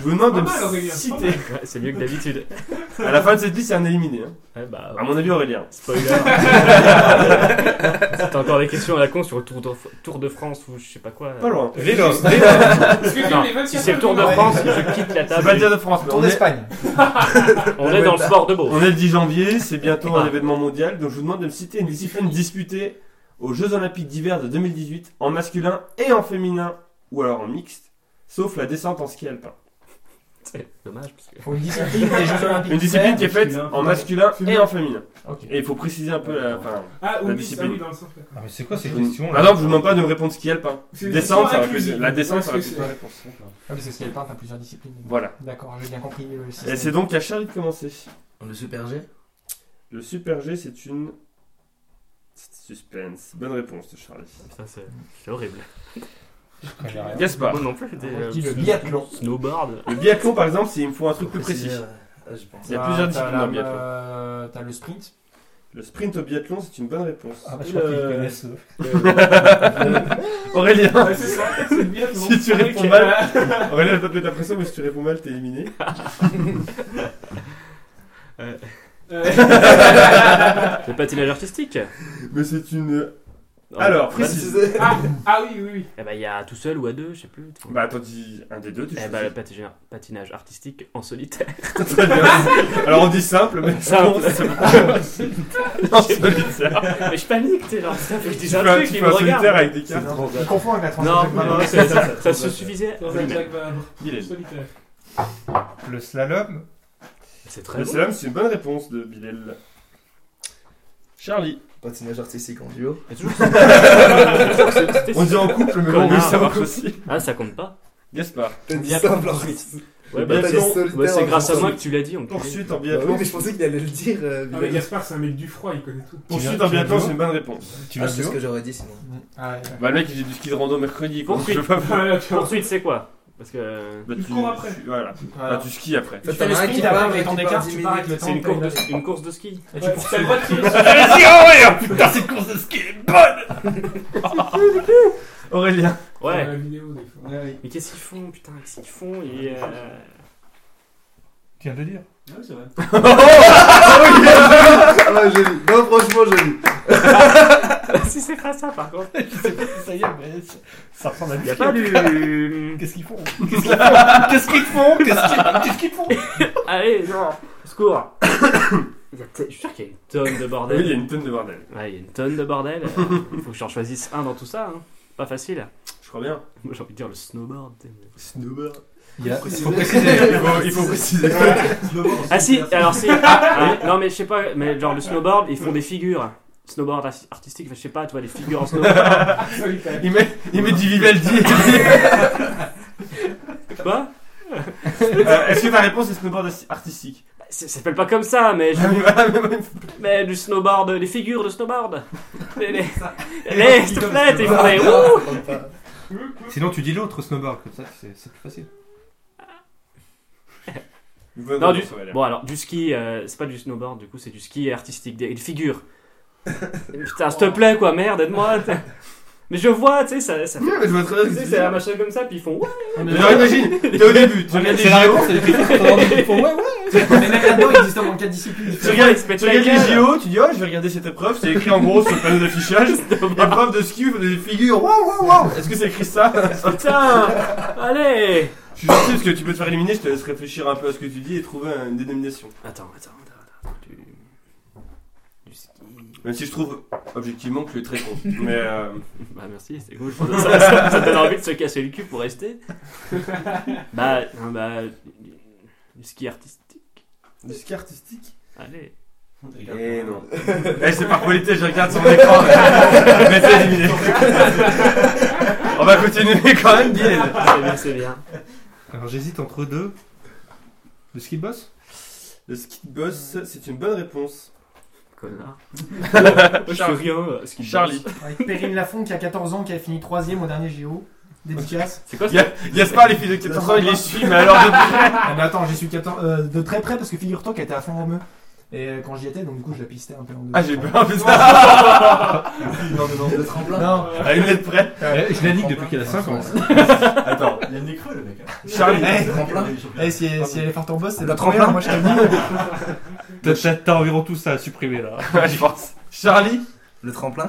Je vous demande de
Pas mal,
me
Aurélien,
citer.
Ouais, c'est mieux que d'habitude.
À la fin de cette liste, c'est un éliminé. hein.
Ouais, bah,
À mon avis, Aurélien.
spoiler. T'as encore des questions à la con sur le Tour de, Tour de France ou je sais pas quoi. euh,
Pas loin.
Vélo.
Parce que
Non,
les mêmes
Si c'est le Tour de France, je quitte la
C'est pas le
table.
dire de France, mais
Tour
on est,
d'Espagne.
On est dans le sport de beau.
on est le 10 janvier, c'est bientôt un
Ah.
événement mondial, donc je vous demande de me citer une discipline disputée aux Jeux Olympiques d'hiver de 2018 en masculin et en féminin, ou alors en mixte, sauf la descente en ski alpin.
C'est dommage parce que.
Pour une discipline des Jeux Olympiques.
Une discipline qui est faite
Masculin,
en masculin et
féminin.
en féminin.
Ok.
Et il faut préciser un peu la. Enfin,
Ah,
La
oui,
discipline.
ah oui, dans le sens là.
Ah, mais c'est quoi ces
je-
Mm.
questions
Ah non, je vous demande pas de me répondre ski alpin.
C'est-
Descente,
c'est
ça va
inclusif.
plus- la descente,
Parce
ça
que
va plus
c'est-
la réponse.
Ah, mais c'est ce qu'il y a pas, t'as plusieurs disciplines.
Voilà.
D'accord, j'ai bien compris euh, le système.
Et c'est donc à Charlie de commencer.
Le Super G
Le Super G, c'est une. Suspense. Bonne réponse de Charlie.
Ça, c'est c'est horrible.
Ouais, j'ai rien.
Gaspard.
Moi non plus, des,
On dit
euh,
le biathlon.
snowboard.
Le biathlon, par exemple, c'est il me faut un truc plus précis.
euh, ah, je pense.
Il y a
T'as-
plusieurs
t'as
disciplines
la-
dans le biathlon.
euh, T'as le sprint.
Le sprint au biathlon, c'est une bonne réponse.
Ah, bah, je
Le-
crois qu'ils connaissent. euh,
Aurélien,
euh,
Ouais, c'est ça, c'est bien.
si tu réponds mal, Ah, Aurélien va pas te mettre la pression, mais si tu réponds mal, t'es éliminé.
Le patinage artistique.
Mais c'est une. Alors, précise.
Ah, ah oui, oui, oui.
Eh bah, il y a tout seul ou à deux, je sais plus.
Bah, attends, dis un des deux, tu
Eh
choisis.
bah, le patinage, patinage artistique en solitaire.
Très bien. Alors, on dit simple, mais
Simple.
Non, c'est pas- Non, solitaire.
Mais je panique, tu sais, genre, ça, faut que je
Tu
dise
fais
un
un
truc,
tu
il
fais
me
un solitaire
regarde.
avec des
C'est
cartes.
trop grave. Il confond avec la
Non,
transition.
non, non, ça, ça- ça se suffisait.
Dans un Jack Vabre.
Bilal.
Solitaire.
Le slalom.
C'est très
Le
bon.
slam, c'est une bonne réponse de Bilal. Charlie.
Patinage artistique en duo.
Il y a toujours ce-
On dit en couple, mais bon,
Connard.
oui, ça marche aussi.
Ah, ça compte pas.
Gaspard.
T'as dit
Bien
simple en plus.
bah,
Ouais,
Patinage
sinon,
solitaire
Ouais, c'est
en
grâce à
duo.
moi que tu l'as dit. on
Poursuite en
Bah oui,
biathlon.
mais je pensais qu'il allait le dire. euh,
Ah, mais
Bilal.
Gaspard, c'est un mec du froid, il connaît tout.
Poursuite
viens-
en
tu viens
biathlon,
d'où
c'est une bonne réponse.
Tu
Ah, c'est ce que j'aurais dit sinon.
Ah, ouais.
Bah, le mec, il fait du ski de rando mercredi, quoi.
Poursuite.
Je veux pas-
Voilà, Ah, tu vois.
Poursuite, c'est quoi Parce que. euh,
Bah,
Il
tu-
court après.
tu- Voilà.
Voilà.
Bah, tu skis après.
Tu fais le sprint après avec ton écart, tu pars avec le temps.
C'est une,
t'as
course
une-
de- une course de ski.
Ouais, t'as le droit de crier.
Vas-y, Aurélien Putain, cette course de ski est bonne Aurélien.
Dans
Ouais.
la vidéo, des fois.
Mais qu'est-ce qu'ils font Putain, qu'est-ce qu'ils font Et, euh,
viens de le dire.
Ah, joli. Non, franchement, joli.
Ah, si c'est pas ça, par contre.
Ça y est, mais c'est- ça ressemble à
Y a pas du.
Qu'est-ce qu'ils font
Qu'est-ce qu'ils font
Qu'est-ce qu'ils font
Allez, non Secours Y a t- Je suis sûr qu'il y a une
Oui,
tonne de
il y a
bordel.
une tonne de bordel.
Ouais, il y a une tonne de bordel. Euh, Faut que j'en choisisse un dans tout ça. hein. Pas facile.
Je crois bien.
Moi, j'ai envie de dire le snowboard. tu sais, mais-
Snowboard.
Il y a-
Il faut préciser. Il faut, il faut préciser.
Ah si, alors si. Ah, ah, non mais je sais pas, mais genre le snowboard, ils font des figures. Snowboard ar- artistique, je sais pas, tu vois, les figures en snowboard.
Ah, Solitaire.
Il met, il met du Vivaldi.
Quoi
Euh, Est-ce que ta réponse est snowboard artistique
Ça s'appelle pas comme ça, mais,
Ah,
je- mais du snowboard, les figures de snowboard. Les, les, les s'il te plaît, ils font des ouh
Sinon, tu dis l'autre snowboard, comme ça, c'est c'est plus facile.
Non, du- Bon, alors, du ski, euh, c'est pas du snowboard, du coup, c'est du ski artistique, des, des figures. Putain, s'il te plaît, quoi, merde, aide-moi. t'sais. Mais je vois, tu sais, ça, ça fait.
je vois très bien ce
Tu
que
sais,
tu
c'est un
dis.
machin comme ça, puis ils font.
Mais Genre, imagine, t'es au début, tu regardes les
C'est la réponse,
JO,
c'est les critiques qu'on a entendues, ils font, ouais, ouais.
Mais même là-dedans, il existe au moins 4 disciplines.
tu regardes,
ils se mettent
tu
la
regardes les
gueule.
JO, tu dis, oh, je vais regarder cette épreuve, c'est écrit en gros sur le panneau d'affichage, épreuve de ski, vous des figures, waouh, waouh, waouh. Est-ce que c'est écrit ça
Putain Allez
Je suis gentil parce que tu peux te faire éliminer, je te laisse réfléchir un peu à ce que tu dis et trouver une dénomination.
Attends, attends, attends, attends. Du... du ski.
Même si je trouve, objectivement, que tu es très con. Mais, euh,
Bah, merci, c'est cool. Ça, ça- ça donne envie de se casser le cul pour rester. bah, hein, bah. Du, du ski artistique.
du ski artistique
Allez.
Eh non. eh, c'est par politesse, je regarde sur mon écran. Mais c'est éliminé. On va continuer quand même, Guy.
C'est bien, c'est bien.
Alors j'hésite entre deux. Le ski de boss
Le ski de boss, c'est une bonne réponse.
Connard.
Je
Je
fais
rien. euh,
Charlie.
Avec Perrine Lafont qui a 14 ans, qui a fini 3ème au dernier JO. Dédicace.
C'est quoi
Il y a- Gaspard, les filles de 14 ans, il les suit, mais alors depuis.
Ah, mais attends, j'y suis 14, euh, de très près parce que figure-toi qu'elle était à fond romeux. Et euh, quand j'y étais, donc du coup, je la pistais un peu en deux.
Ah, j'ai peur, mais ça.
Non, mais non, le tremblin.
Non,
À Ah, une lettre près.
Je la nique depuis qu'elle a 5 ans.
Attends,
Il y a le nez creux, le mec. hein.
Charlie.
Eh,
Le tremplin.
eh, si, elle- si elle est forte en boss, c'est
Le
la
tremplin.
première, moi je te le dis.
T'as- T'as t'as environ tout ça à supprimer là.
Ouais, je pense. Charlie.
Le tremplin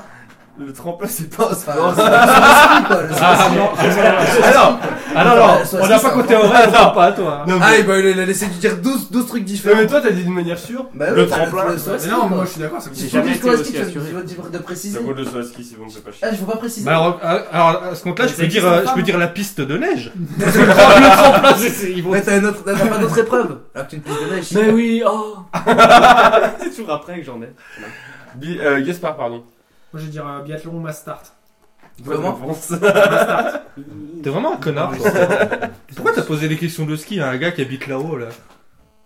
Le tremplin, c'est pas.
Non, c'est pas c'est pas- c'est pas-
Ah
c'est pas-
non,
Alors,
ah, non,
Ah,
non,
soit
on n'a
six,
pas
hein.
compté en vrai, on compte pas toi.
non,
Ah,
mais,
et bah il a laissé dire 12, 12 trucs
Non,
différents.
mais toi, t'as dit d'une manière sûre.
Bah oui,
le
t'as-
tremplin.
le saut à ski,
non,
quoi.
moi je suis d'accord, ça me
J'ai
J'ai
jamais
jamais
dit quoi est-ce
été aussi
qu'il
assuré.
faut de préciser
Ça vaut le saut à ski, si vous ne faites pas chier.
Ah, je veux pas préciser.
Bah alors, alors, à ce compte-là, je
Ça
peux dire,
existe
euh,
pas,
je peux
non
dire la piste de neige.
Mais t'as une autre- t'as pas d'autre épreuve Alors que tu ne pistes de neige.
Mais oui, oh C'est toujours après que j'en ai.
Bi- euh, Gaspard, pardon.
Moi je vais dire euh, biathlon mass start.
Comment
Bonne réponse.
T'es vraiment un connard. toi. Pourquoi t'as posé des questions de ski à un gars qui habite là-haut là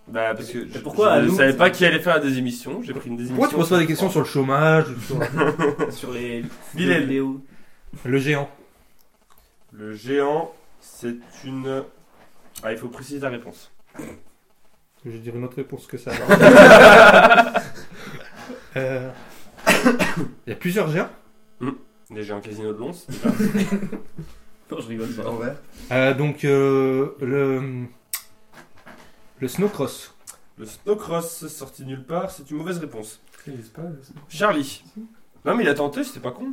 Bah parce que je,
pourquoi, à
je ne
nous
savais pas qui allait faire des émissions, j'ai pris une désémission.
Pourquoi tu poses pas des questions sur le chômage, ou sur
Sur les
Bilal.
vidéos.
le géant
Le géant, c'est une... Ah, il faut préciser la réponse.
Je vais dire une autre réponse que ça. Euh, Il y a plusieurs géants.
Les géants casino de Lons.
Non, je rigole pas.
Envers.
Euh, donc euh, le le snowcross.
Le snowcross, sorti nulle part, c'est une mauvaise réponse. Charlie. Non mais il a tenté, c'était pas con.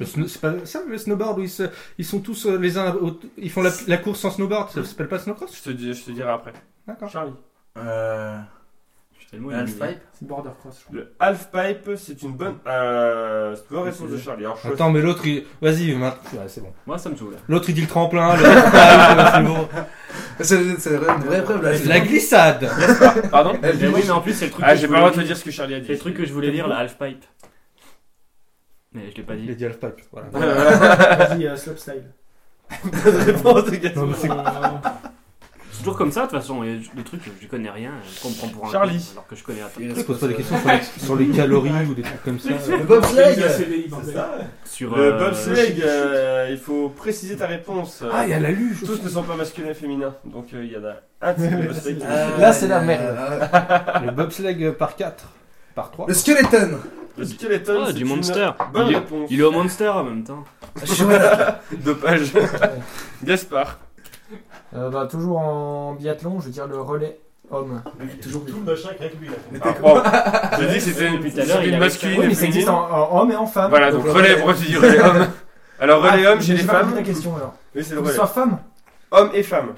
Le sno- C'est pas ça le snowboard où ils, se- ils sont tous euh, les uns, au- ils font la, la course en snowboard. Ça s'appelle pas snowcross
Je te, dis- je te dirai après.
D'accord.
Charlie.
Euh.
Je suis tellement
Alf
éliminé.
Pipe.
C'est border cross, je crois.
Le half-pipe, c'est une bonne... Euh, c'est une bonne réponse de Charlie. Alors, je
Attends, mais l'autre, il... vas-y, maintenant. Ouais, c'est bon.
Moi, ça me saoule.
L'autre, il dit le tremplin. l'autre, ah, oui, c'est bon.
C'est c'est vrai- une vraie épreuve là.
La glissade.
Pardon
Mais oui, mais en plus, c'est le Euh, truc.
Ah,
que
j'ai
je
pas le droit de te
voulais-
dire ce que Charlie a dit.
C'est le truc que je voulais dire, la half-pipe. Mais je l'ai pas
Il a
dit.
dit half-pipe. Voilà.
Je dis euh, slopestyle.
réponse de Gaspard.
C'est toujours comme ça, de toute façon. Il y a des trucs, je connais rien. Je comprends pour un con,
Charlie.
Alors que je connais rien.
Pourquoi tu poses pas des questions sur les, sur les calories ou des trucs comme ça euh
Le
C'est
bobsleigh
ACDI, bordel.
Sur.
Le
euh,
bobsleigh, euh, il faut préciser ta réponse. Euh,
Ah, il y a la luge.
Tous ne sont pas masculins et féminins, donc euh, il y en a un type de bobsleigh qui-
Ah,
Euh,
Là, c'est la merde.
euh,
Le bobsleigh par 4, par 3.
Le skeleton
Le skeleton,
Ah,
c'est
du
une
monster.
Bonne
Il est-
réponse.
Il est au monster en même temps.
Dopage. Gaspard.
Euh, bah, toujours en biathlon, je veux dire le relais homme.
Toujours tout le machin avec lui. là.
Ah, bon. J'ai dit que c'était une
Depuis tout à l'heure, il
discipline
avait
masculine
Oui,
et
mais ça existe
féminine.
en, en homme et en femme. euh, ah,
Voilà, donc
Donc,
relais,
relais.
pourquoi tu dis relais homme Alors relais homme chez
j'ai
les
pas compris
femmes
la question alors.
Oui, c'est le
Que ce
relais.
soit femme
Homme et femme.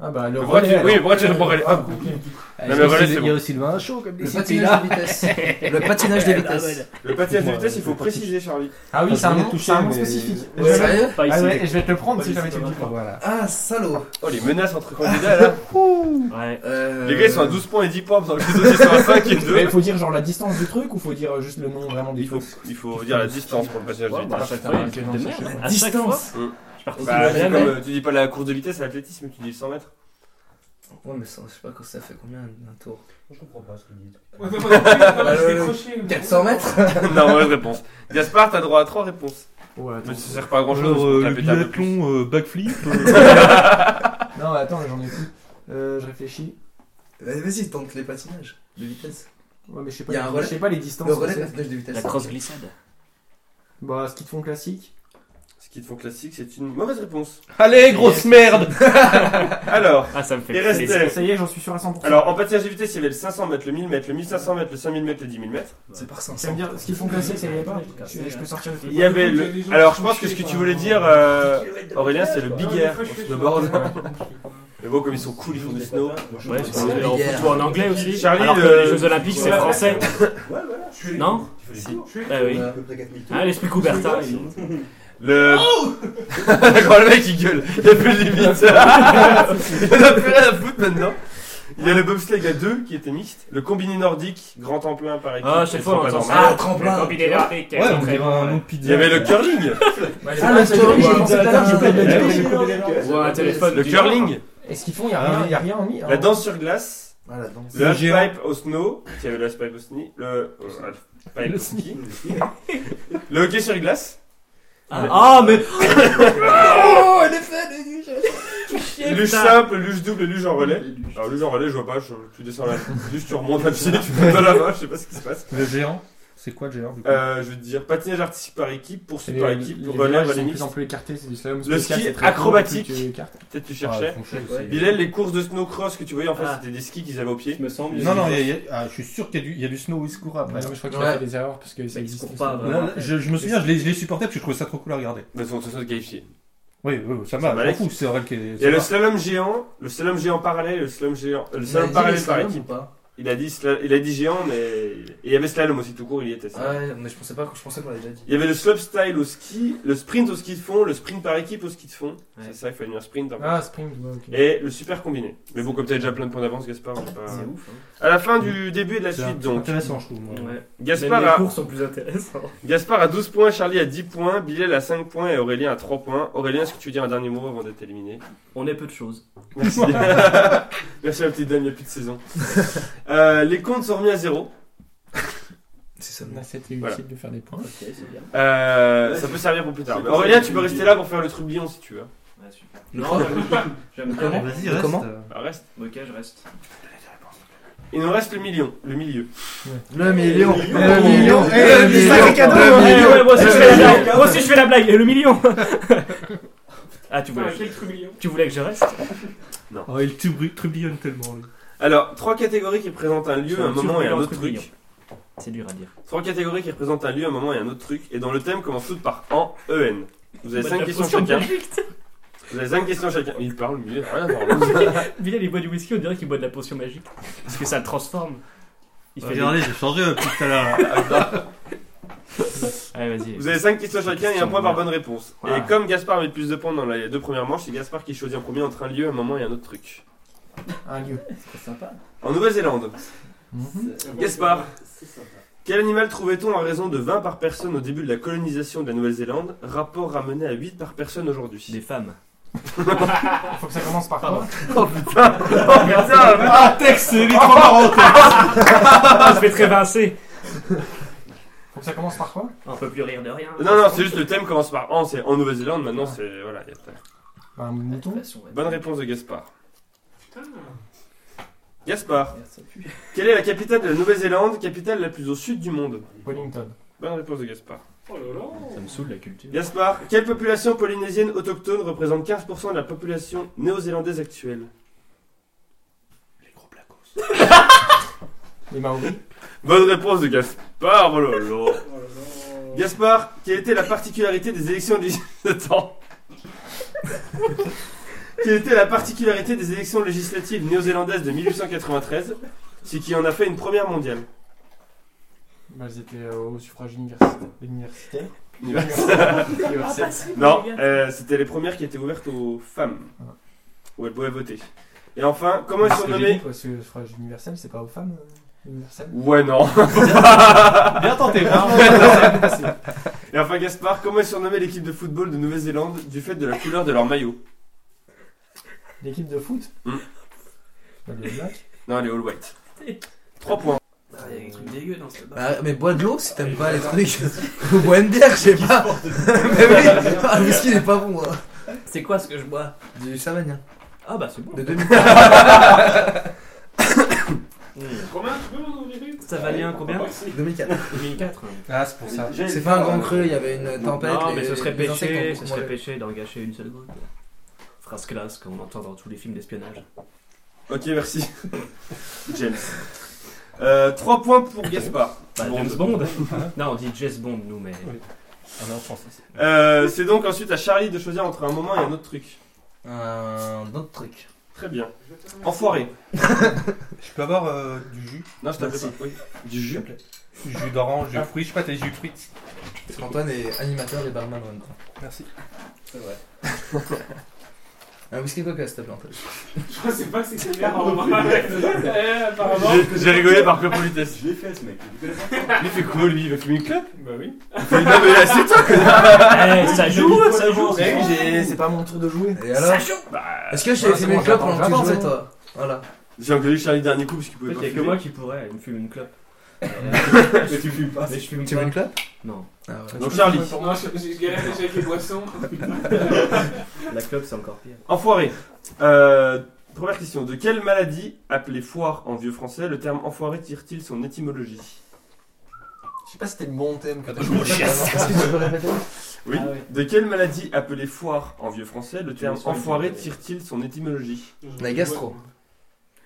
Ah bah,
Mais
le
pourquoi tu-
relais.
oui, mais
alors.
pourquoi tu réponds relais homme
Ok.
Ah,
mais
il y a
voilà,
aussi-
c'est
il y a aussi le vin chaud comme
Le
des
patinage de vitesse. Le patinage de vitesse.
Le patinage de vitesse, il faut préciser, Charlie.
Ah oui,
Parce
c'est un
qu'on est
nom
touché,
c'est un nom
mais-
spécifique.
Ouais, Sérieux
Pas
Ah
ici.
ouais, et je vais te le prendre si
Ouais,
jamais tu
c'est
le dis
pas
pas.
Voilà.
Ah, salaud
Oh, les menaces entre candidats là.
Ouais.
Euh,
Les gars, ils sont à 12 points et 10 points, pendant que les autres, ils sont à 5 et 2.
Mais faut dire genre la distance du truc ou faut dire euh, juste le nom vraiment du
Il faut,
truc Ah,
il faut dire la distance pour le passage de
Ouais, bah, à
vitesse.
putain,
chaque fois, il y a
ok,
des trucs
non,
de
c'est
merde.
chaud.
À chaque fois,
Distance
je participe
Bah, c'est
jamais.
comme, euh, tu dis pas la course de vitesse à l'athlétisme, tu dis le 100 mètres.
Ouais, oh, mais ça, je sais pas quand ça fait combien un tour
Je comprends pas ce qu'il dit.
Ouais, mais moi, non plus, non, mais je
Euh,
décrochais, mais-
400 mètres
non, mauvaise réponse. Gaspard, t'as droit à 3 réponses.
Ouais, attends.
Mais ça sert pas à grand chose.
Genre
pour
euh,
la
le
péter un peu plus.
biathlon euh, backflip.
Non, attends, j'en ai plus. Euh, je réfléchis.
Bah, Vas-y, tente les patinages de vitesse.
Ouais, mais je sais
Y a un
pas, je
relais
sais pas les distances.
Le relais,
c'est-
le patinage de vitesse.
La cross glissade.
Bah, ski de fond classique.
Ce qu'ils font classique, c'est une mauvaise réponse.
Allez, grosse merde
Alors,
Ah, ça me fait
il restait.
Ça y est, j'en suis sûr à 100%.
Alors, en patinage de vitesse, il y avait le 500 mètres, le 1000 mètres, le 1500 mètres, le 5000 mètres, le 10 000 mètres.
C'est par
ça veut
500.
dire, ski de fond classique, ça y est pas je, je peux sortir le truc.
Il y avait le. Alors, je pense que ce que tu voulais dire, euh, Aurélien, c'est le
Non,
big
des
air
fois, je
en
fais-
snowboard.
Ouais.
Mais bon, comme ils sont cool, ils font du snow.
Ouais,
c'est
on
vrai.
on fout tout en anglais aussi.
Charlie, euh,
alors que
le-
les Jeux Olympiques, c'est
Ouais.
français.
Ouais, voilà. Je suis-
Non
Tu fais les tours.
Ah oui.
On a à peu près 4000 tours.
Ah, l'esprit Coubertin. il-
Le. Quand le mec il gueule, il y a plus de limite. il a plus rien à foutre maintenant. Il y a le bobsleigh à deux qui était mixte, le combiné nordique, grand temps plein par équipe.
Ah, chaque
c'est
fois, on
pas
entend
normal.
Ah,
ça.
le tremplin.
Le combiné nordique,
Ouais, on
c'est
dirait
très
un nom
bon,
de pizza.
Il y avait le curling, Eh
Ah, la story, j'ai pensé tout à l'heure, j'ai pas
Ouais,
dit.
ouais, ouais.
ouais. Ou un téléphone.
le
du-
curling,
Et ce qu'ils font, y a rien, y a rien en mis. hein.
la danse sur glace,
Voilà, donc.
le
Le
half
géant.
pipe au snow, qui avait le half pipe au sni, le euh, half pipe
Le
au ski, le hockey sur glace,
Ah, ah, mais.
Oh, elle est faite,
luge simple, luge double, luge en relais. Alors luge en relais, je vois pas, je- tu descends la, juste tu remontes à pied, tu fais dans la main, je sais pas ce qui se passe.
Le géant, c'est quoi le géant du coup Ah,
Euh, je veux dire, patinage artistique par équipe,
Et
poursuite
les-
par
les
équipe, relais,
virages sont
relais
de
mixte.
plus en plus écartés, c'est du slalom
Le
spécial,
ski
c'est très court,
acrobatique.
plus tu écartes.
Peut-être tu
Ah,
cherchais.
franchement,
Ouais.
c'est-
Bilal, les courses de snow cross que tu voyais en fait,
Ah.
c'était des skis qu'ils avaient au pied.
Je me sens mieux.
Non, non, il y a- il y a- ah, je suis sûr qu'il y, a du- il y a du snow Whiskura après.
Ouais, non, mais je crois qu'il
Ouais.
a fait des erreurs parce que ça
Ils
existe.
courent pas,
aussi.
Là, là, je, je me souviens, je l'ai je l'ai supporté parce que je trouvais ça trop cool à regarder.
De son de qualifié.
Oui, oui, ça
Ça
m'a
va,
je m'en
Alex
fous, c'est vrai qu'il est.
Il y a
ça
le
va.
slalom géant, le slalom géant parallèle, le slalom géant, euh, le
Ça
slalom
Bah,
parallèle par équipe.
ou pas
Il a dit, sla- il a dit géant, mais et il y avait slalom aussi tout court, il y était. ça.
Ah Ouais, mais je pensais pas, je pensais qu'on l'avait déjà dit.
Il y avait le slopestyle au ski, le sprint au ski de fond, le sprint par équipe au ski de fond.
Ouais.
C'est ça, il fallait un sprint. en fait.
Ah, Spring, ouais, ok.
Et le super combiné. Mais bon, comme t'as déjà plein de points d'avance, Gaspard, on va pas.
C'est ouf.
À la fin du début et de la
C'est
suite, donc.
intéressant, je trouve. moi.
Ouais.
Gaspard
Même les
a-
cours sont plus intéressants.
Gaspard a 12 points, Charlie a 10 points, Bilal a 5 points et Aurélien a 3 points. Aurélien, est-ce que tu veux dire un dernier mot avant d'être éliminé
On est peu de choses.
Merci. Merci à la petite dame, il n'y a plus de saison. Euh, les comptes sont remis à zéro.
C'est ça.
On a 7 et 8
Voilà.
de faire des points.
Ok, c'est bien.
Euh, ça peut servir pour plus tard. Mais Aurélien, tu peux rester là pour faire le trublion si tu veux.
Ouais, super.
Non,
Non, j'aime- j'aime
Comment
bien.
Vas-y, reste.
Comment
Bah, reste.
Ok, je reste.
Il nous reste le million, le milieu.
Le million.
Le million.
Eh, mais sacré cadeau.
Ouais,
Le million.
ouais, moi aussi
Eh,
je fais la
million.
blague. Moi aussi je fais la blague. Et le million Ah, tu
Ah,
voulais,
quel trublion.
tu voulais que je reste
Oh, il tubri- trublionne tellement. lui.
Alors, trois catégories qui représentent un lieu,
C'est
un
un
moment et un
trublion,
autre
trublion.
truc.
C'est dur à dire.
Trois catégories qui représentent un lieu, un moment et un autre truc. Et dont le thème commence tout par en, en. Vous avez
Bah,
5
la
questions
potion
chacun.
de Belgique.
Vous avez 5 questions chacun. Il parle, mais il a rien à voir.
Bilal, il boit du whisky, on dirait qu'il boit de la potion magique. Parce que ça le transforme. Il fait des-
Regardez, j'ai changé depuis tout à l'heure.
Allez, vas-y.
Vous avez 5 questions chacun et un point par bonne réponse.
Voilà.
Et comme Gaspard met le plus de points dans les deux premières manches, c'est Gaspard qui choisit en premier entre un lieu, un moment et un autre truc.
Ah, Un lieu.
C'est sympa.
En Nouvelle-Zélande,
Mhm.
Gaspard.
C'est sympa.
quel animal trouvait-on à raison de 20 par personne au début de la colonisation de la Nouvelle-Zélande Rapport ramené à 8 par personne aujourd'hui.
Des femmes.
Faut que ça commence par quoi
Ah, texte, il est trop marrant
Ah, je vais te révincer.
Faut que ça commence par quoi
On peut plus rire de rien.
Non, non, c'est juste le thème commence par en, c'est en Nouvelle-Zélande, maintenant c'est. Voilà, y a pas-
Un mouton
Bonne réponse de Gaspard.
Putain.
Gaspard, quelle est la capitale de la Nouvelle-Zélande, capitale la plus au sud du monde
Wellington.
Bonne réponse de Gaspard.
Oh là là.
Ça me saoule la culture.
Gaspard, quelle population polynésienne autochtone représente 15% de la population néo-zélandaise actuelle
Les gros blacos.
Les Maoris.
Bonne réponse de Gaspard, oh là là.
Oh là là.
Gaspard, quelle était la particularité des élections légis- Attends. Quelle était la particularité des élections législatives néo-zélandaises de 1893 C'est qui en a fait une première mondiale.
Bah, ils étaient euh, au suffrage universitaire. Universitaire.
Non, euh, c'était les premières qui étaient ouvertes aux femmes.
Voilà.
Où elles pouvaient voter. Et enfin, comment elles
Parce
sont
que j'ai dit,
nommées
quoi, Ce suffrage universel, c'est pas aux femmes euh, universel
Ouais, non.
Bien tenté, bravo.
Et enfin, Gaspard, comment est surnommée l'équipe de football de Nouvelle-Zélande du fait de la couleur de leur maillot
L'équipe de foot
Hmm.
Bah, les Blacks.
Non, les All White. 3 poins.
Il y a des trucs dégueux dans ce
Bah, mais bois de l'eau si t'aimes pas les trucs. Ou bois une bière, je sais pas. mais oui, ah, le whisky il est pas bon. hein.
C'est quoi ce que je bois
Du savagnin.
Ah bah c'est bon.
De 2000.
Romain, tu peux m'en ouvrir une
Ça valait un combien
Ah, si.
2004.
2004.
Ah, c'est pour ça.
J'ai-
C'est pas un grand creux, il y avait une tempête.
Non,
les-
mais ce serait
les insectes ont
péché,
beaucoup
ce serait
mangé.
péché d'en gâcher une seule goutte. Phrase classe qu'on entend dans tous les films d'espionnage.
Ok, merci. James. Euh, 3 points pour Gaspard.
Bah,
Bond.
James Bond Non, on dit James Bond, nous, mais.
Ah non, français.
Euh, c'est donc ensuite à Charlie de choisir entre un moment et un autre truc.
Un autre truc.
Très bien. Enfoiré.
Je peux avoir euh, du jus
Non, je t'appelle pas. Oui. Du jus.
Du jus d'orange, du fruit, je sais pas, t'as des jus de fruits.
Parce qu'Antoine est animateur et barman en même temps.
Merci.
C'est vrai. Un whisky coca, s'il te plaît, Antoine.
Je pensais pas que c'était le verre Romain. Eh, apparemment.
J'ai- J'ai rigolé par pure politesse.
Je l'ai fait, ce mec. Tu connais pas
Il fait quoi lui Il va fumer une clope
Bah oui.
Il fait une- Non, mais là, c'est toi
Eh, ça joue, ça joue Eh
Mec,
Bah
j'ai- c'est pas mon tour de jouer.
Et alors
Bah,
Est-ce que je t'avais
Ah, c'est
filmé
bon,
une clope
j'attends,
pendant que tu
j'attends,
jouais,
c'est bon.
toi Voilà.
J'ai engueulé Charlie dernier coup parce qu'il
En
pouvait
fait,
pas
il y a que
fumer.
moi qui pourrais, me fume une clope.
Mais tu fumes pas.
Mais je fume
Tu veux
pas.
une clope
Non,
Ah ouais.
Donc Charlie.
Pour moi, je- je galère déjà avec les boissons.
la clope c'est encore pire.
Enfoiré. Euh, première question. De quelle maladie, appelée foire en vieux français, le terme enfoiré tire-t-il son étymologie
Je sais pas si c'était le bon thème. que t'as
Est-ce que tu peux répéter
Oui.
Ah ouais.
De quelle maladie, appelée foire en vieux français, le terme
me souviens,
enfoiré
mais-
tire-t-il son étymologie
La gastro.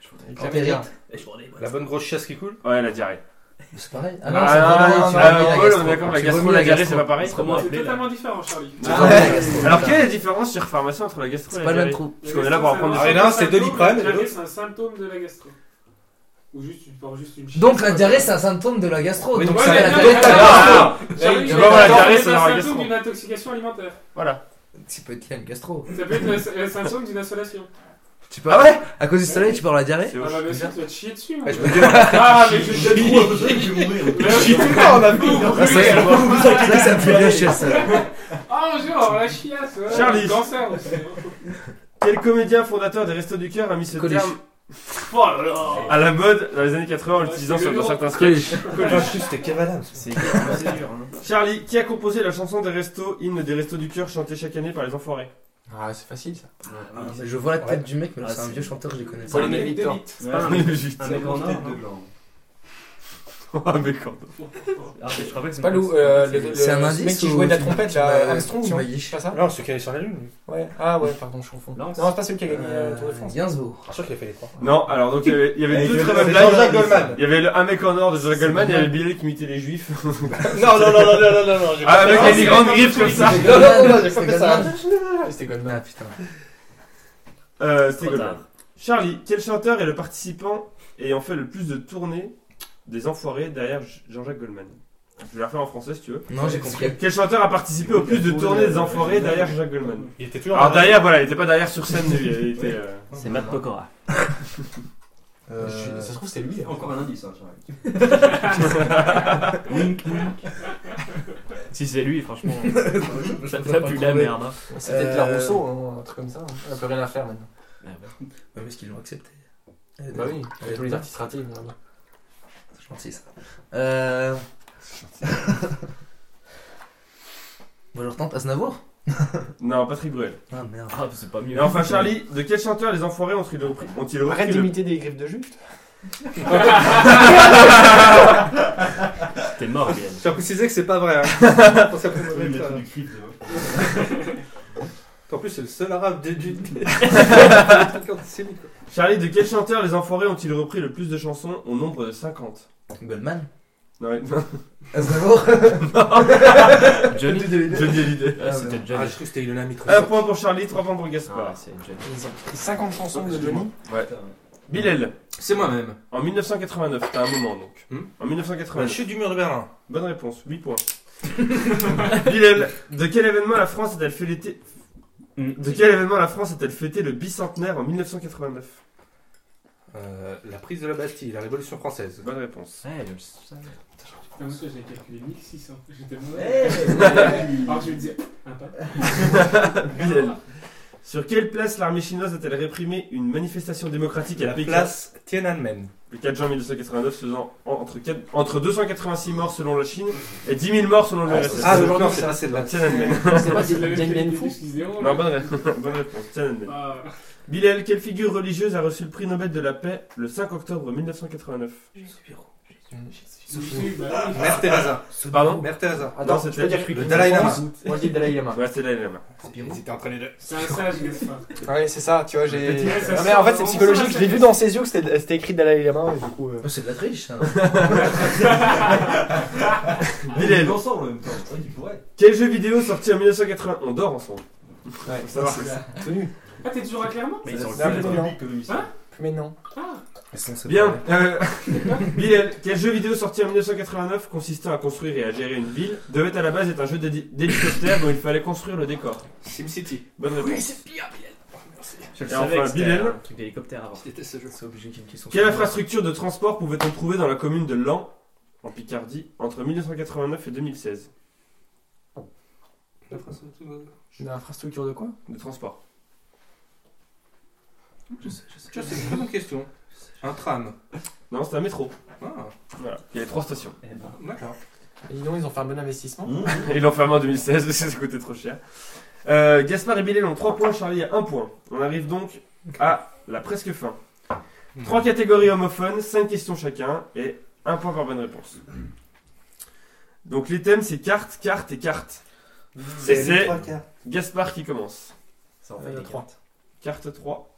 Je voudrais-
Empérite.
Et je voudrais-
La bonne grosse chasse qui coule
Ouais, la diarrhée.
C'est pareil.
Ah,
Ah non, c'est pas
non,
pareil.
non,
tu
non,
vois,
non,
la
Paul,
gastro.
on est d'accord, la
Tu
gastro,
vomis
la diarrhée, c'est pas pareil.
C'est Ah comment
C'est
appeler là
totalement différent, Charlie.
Tu vomis la gastro.
Alors, quelle est la différence sur pharmacien entre la gastro et
C'est
la
pas le même
diarrhée
trou.
Parce qu'on est là pour apprendre.
un
Ah, et l'un, c'est
symptôme,
Doliprane,
La
et
diarrhée,
l'autre-
c'est un symptôme de la gastro. Ou juste, tu portes juste une
Donc
chiasse,
la
quoi.
diarrhée, c'est un symptôme de la gastro.
Oui, donc
c'est
ça-
la
non,
diarrhée.
Ah, non, non,
Là, il
Tu
y a
vas voir la
un
diarrhée,
symptôme
c'est dans la
d'un
gastro.
symptôme d'une intoxication alimentaire.
Voilà.
Tu peux être lié à une gastro.
Ça peut être le- le symptôme d'une insolation.
Tu peux
Ah ouais
À cause du soleil, tu peux avoir la diarrhée
C'est
Ah bah bien
hoche.
sûr, tu vas te chier dessus. mon
Ah, je
gars.
peux dire,
Ah, mais je vais te
Trop besoin de mourir.
on a
Ah, ça, c'est bon. C'est vrai que ça me fait bien chier ça.
Ah, mon dieu, alors la chiasse. ouais.
Charlie.
Cancer aussi. hein.
Quel comédien fondateur des Restos du Cœur a mis ce
Coluche.
terme
Oh là là.
à la mode dans les années 80 en
Ouais,
l'utilisant
c'est
sur- dans
le
certains sketchs
putain, hein. Ah, je suis, c'était Kev Adams.
C'est c'est dur. hein.
Charlie, qui a composé la chanson des Restos, hymne des Restos du Cœur, chantée chaque année par les enfoirés
Ah, c'est facile ça.
Ah, mais Je vois la tête du mec, mais
Ah,
c'est un
c'est-
vieux chanteur, je les connais
C'est
pas.
un mec- c'est pas un mec- un mec en or. hein.
Ah, mais quand
Ah, mais je crois que c'est
Pas
une-
Lou, euh, le, le-
C'est un
le
indice
mec qui
ou
jouait de la
tu-
trompette,
tu
là,
m'as-
Armstrong,
tu
non
m'as yéché.
C'est pas ça
Non, celui qui est allé sur la lune. lui.
Ouais. Ah ouais, pardon, je confonds. Non,
Lance.
c'est pas celui qui a gagné euh, le Tour de
Euh,
France.
Gainsbourg.
Je suis sûr qu'il a fait les trois.
Non, alors donc il y avait, il y avait
Et
deux
que-
très bonnes
c'est
blagues.
Jean-Jacques Goldman.
Il y avait le Un mec en or de Jean-Jacques Goldman, il y avait Billy qui imitait les juifs.
Non, non, non, non, non, non, non.
Ah, avec des grandes griffes comme ça.
Non, non, non, j'ai pas
C'était
fait ça.
Goldman.
C'était
Ah putain.
Euh, c'était
Trop
Goldman.
tard.
Charlie, quel chanteur est le participant ayant fait le plus de tournées des enfoirés derrière J- Jean-Jacques Goldman Je vais la refaire en français si tu veux.
Non, j'ai compris.
Quel chanteur a participé au plus de tournées des enfoirés derrière Jean-Jacques Goldman
Il était toujours.
Alors derrière, voilà, il était pas derrière sur scène, lui, il était. euh,
C'est Matt Pokora.
Euh, Ça se trouve, c'est lui.
Encore un indice, hein, Charlie.
Si c'est lui, franchement, ça,
Ça
ça pue la merde. hein.
C'est peut-être la Rousseau, hein, un truc comme ça. On a plus rien à faire maintenant.
Ah, ouais.
Ouais, mais ce Bah qu'ils l'ont accepté. Elle est
Bah oui,
elle est
tous les
dedans.
artistes ratés. évidemment.
C'est gentil ça. Euh. Bon, je retente Aznavour
Non, Patrick Bruel.
Ah merde.
Ah, c'est pas
Et
mieux.
enfin, Charlie, de quel chanteur les enfoirés ont-ils repris, ont-ils repris
Arrête
le-
d'imiter des griffes de jute.
T'es mort, Gaël.
Je tiens à préciser que c'est pas vrai. hein.
du
En
cri, de-
plus, c'est le seul arabe déduit. Ah,
Charlie, de quel chanteur les enfoirés ont-ils repris le plus de chansons au nombre de 50
Goldman
Non, mais- non,
Aznavour
Johnny
Johnny Hallyday.
Ah,
Ah, C'était
je
Johnny.
crois que c'était Ilona Mitre.
Un point pour Charlie, trois points pour
Ah,
Gaspard.
c'est Johnny.
Ils ont pris 50 chansons de Johnny.
Bilal,
C'est moi-même.
en 1989, t'as un moment donc.
Hmm
en
La
1989.
chute du mur de Berlin.
Bonne réponse, 8 points. Bilal, de quel événement la France a-t-elle fêté... De quel événement la France a-t-elle fêté le bicentenaire en 1989
Euh, La prise de la Bastille, la Révolution française.
Bonne réponse.
Ouais, je le savais.
Ah, Parce que j'ai calculé 1600. J'étais mauvais.
Eh,
Alors je me disais, un pas.
Bilal, Sur quelle place l'armée chinoise a-t-elle réprimé une manifestation démocratique à
La
Pékin
place Tiananmen.
Le 4 juin 1989, faisant en- entre, quatre- entre 286 morts selon la Chine et 10 000 morts selon le RSS.
Ah,
le
aujourd'hui, c'est assez de la
Tiananmen.
C'est
pas Yann- Yann Fou
Non,
bah
bonne réponse. Bonne réponse, Tiananmen.
Ah,
Bilal, quelle figure religieuse a reçu le prix Nobel de la paix le 5 octobre 1989
Mère Teresa.
Pardon
Mère Teresa.
Non,
Ah, Attends,
c'était
tu peux dire que
le Dalai Lama.
Moi je dis Dalai Lama.
Ouais, c'était la même.
hein.
C'était en train de.
C'est un sage, n'est-ce pas
Ouais, Ah c'est ça, tu vois, j'ai.
Le petit-
Non, mais en fait, c'est psychologique. Je l'ai vu dans ses yeux que c'était c'était écrit Dalai Lama, et du coup. euh,
Oh, C'est de la triche, ça.
Il est-
ensemble en même temps. C'est vrai qu'il pourrait.
Quel jeu vidéo sorti en 1980 On dort ensemble.
Ouais,
Ça, c'est-
Ah, t'es toujours à Clermont
Mais ils ont le
Non, plus
feu.
maintenant.
Comme ici.
Plus maintenant.
Ah,
Bien. Euh, Bilal, quel jeu vidéo sorti en 1989 consistant à construire et à gérer une ville devait à la base être un jeu d'héli- d'hélicoptère dont il fallait construire le décor
SimCity.
Bonne réponse.
Je le
Et
savais
enfin,
que c'était
Bilal.
un truc d'hélicoptère avant.
C'est obligé qu'il y ait une question.
Quelle
sur-
infrastructure de transport pouvait-on trouver dans la commune de Lan, en Picardie, entre 1989 et 2016
Une infrastructure de quoi
De transport.
Ça, c'est une très bonne question. Un tram.
Non, c'était un métro.
Ah,
Voilà. Il y avait trois stations.
d'accord.
Et Dis donc, ils ont fait un bon investissement.
Et Ils l'ont fermé en 2016 parce que ça coûtait trop cher. Euh, Gaspard et Bilal ont 3 points, Charlie a 1 point. On arrive donc à la presque fin. 3 catégories homophones, 5 questions chacun et 1 point par bonne réponse. Donc les thèmes c'est cartes, cartes et cartes. Et c'est Gaspard qui commence.
Ça en fait
Euh,
des
trois.
Carte 3.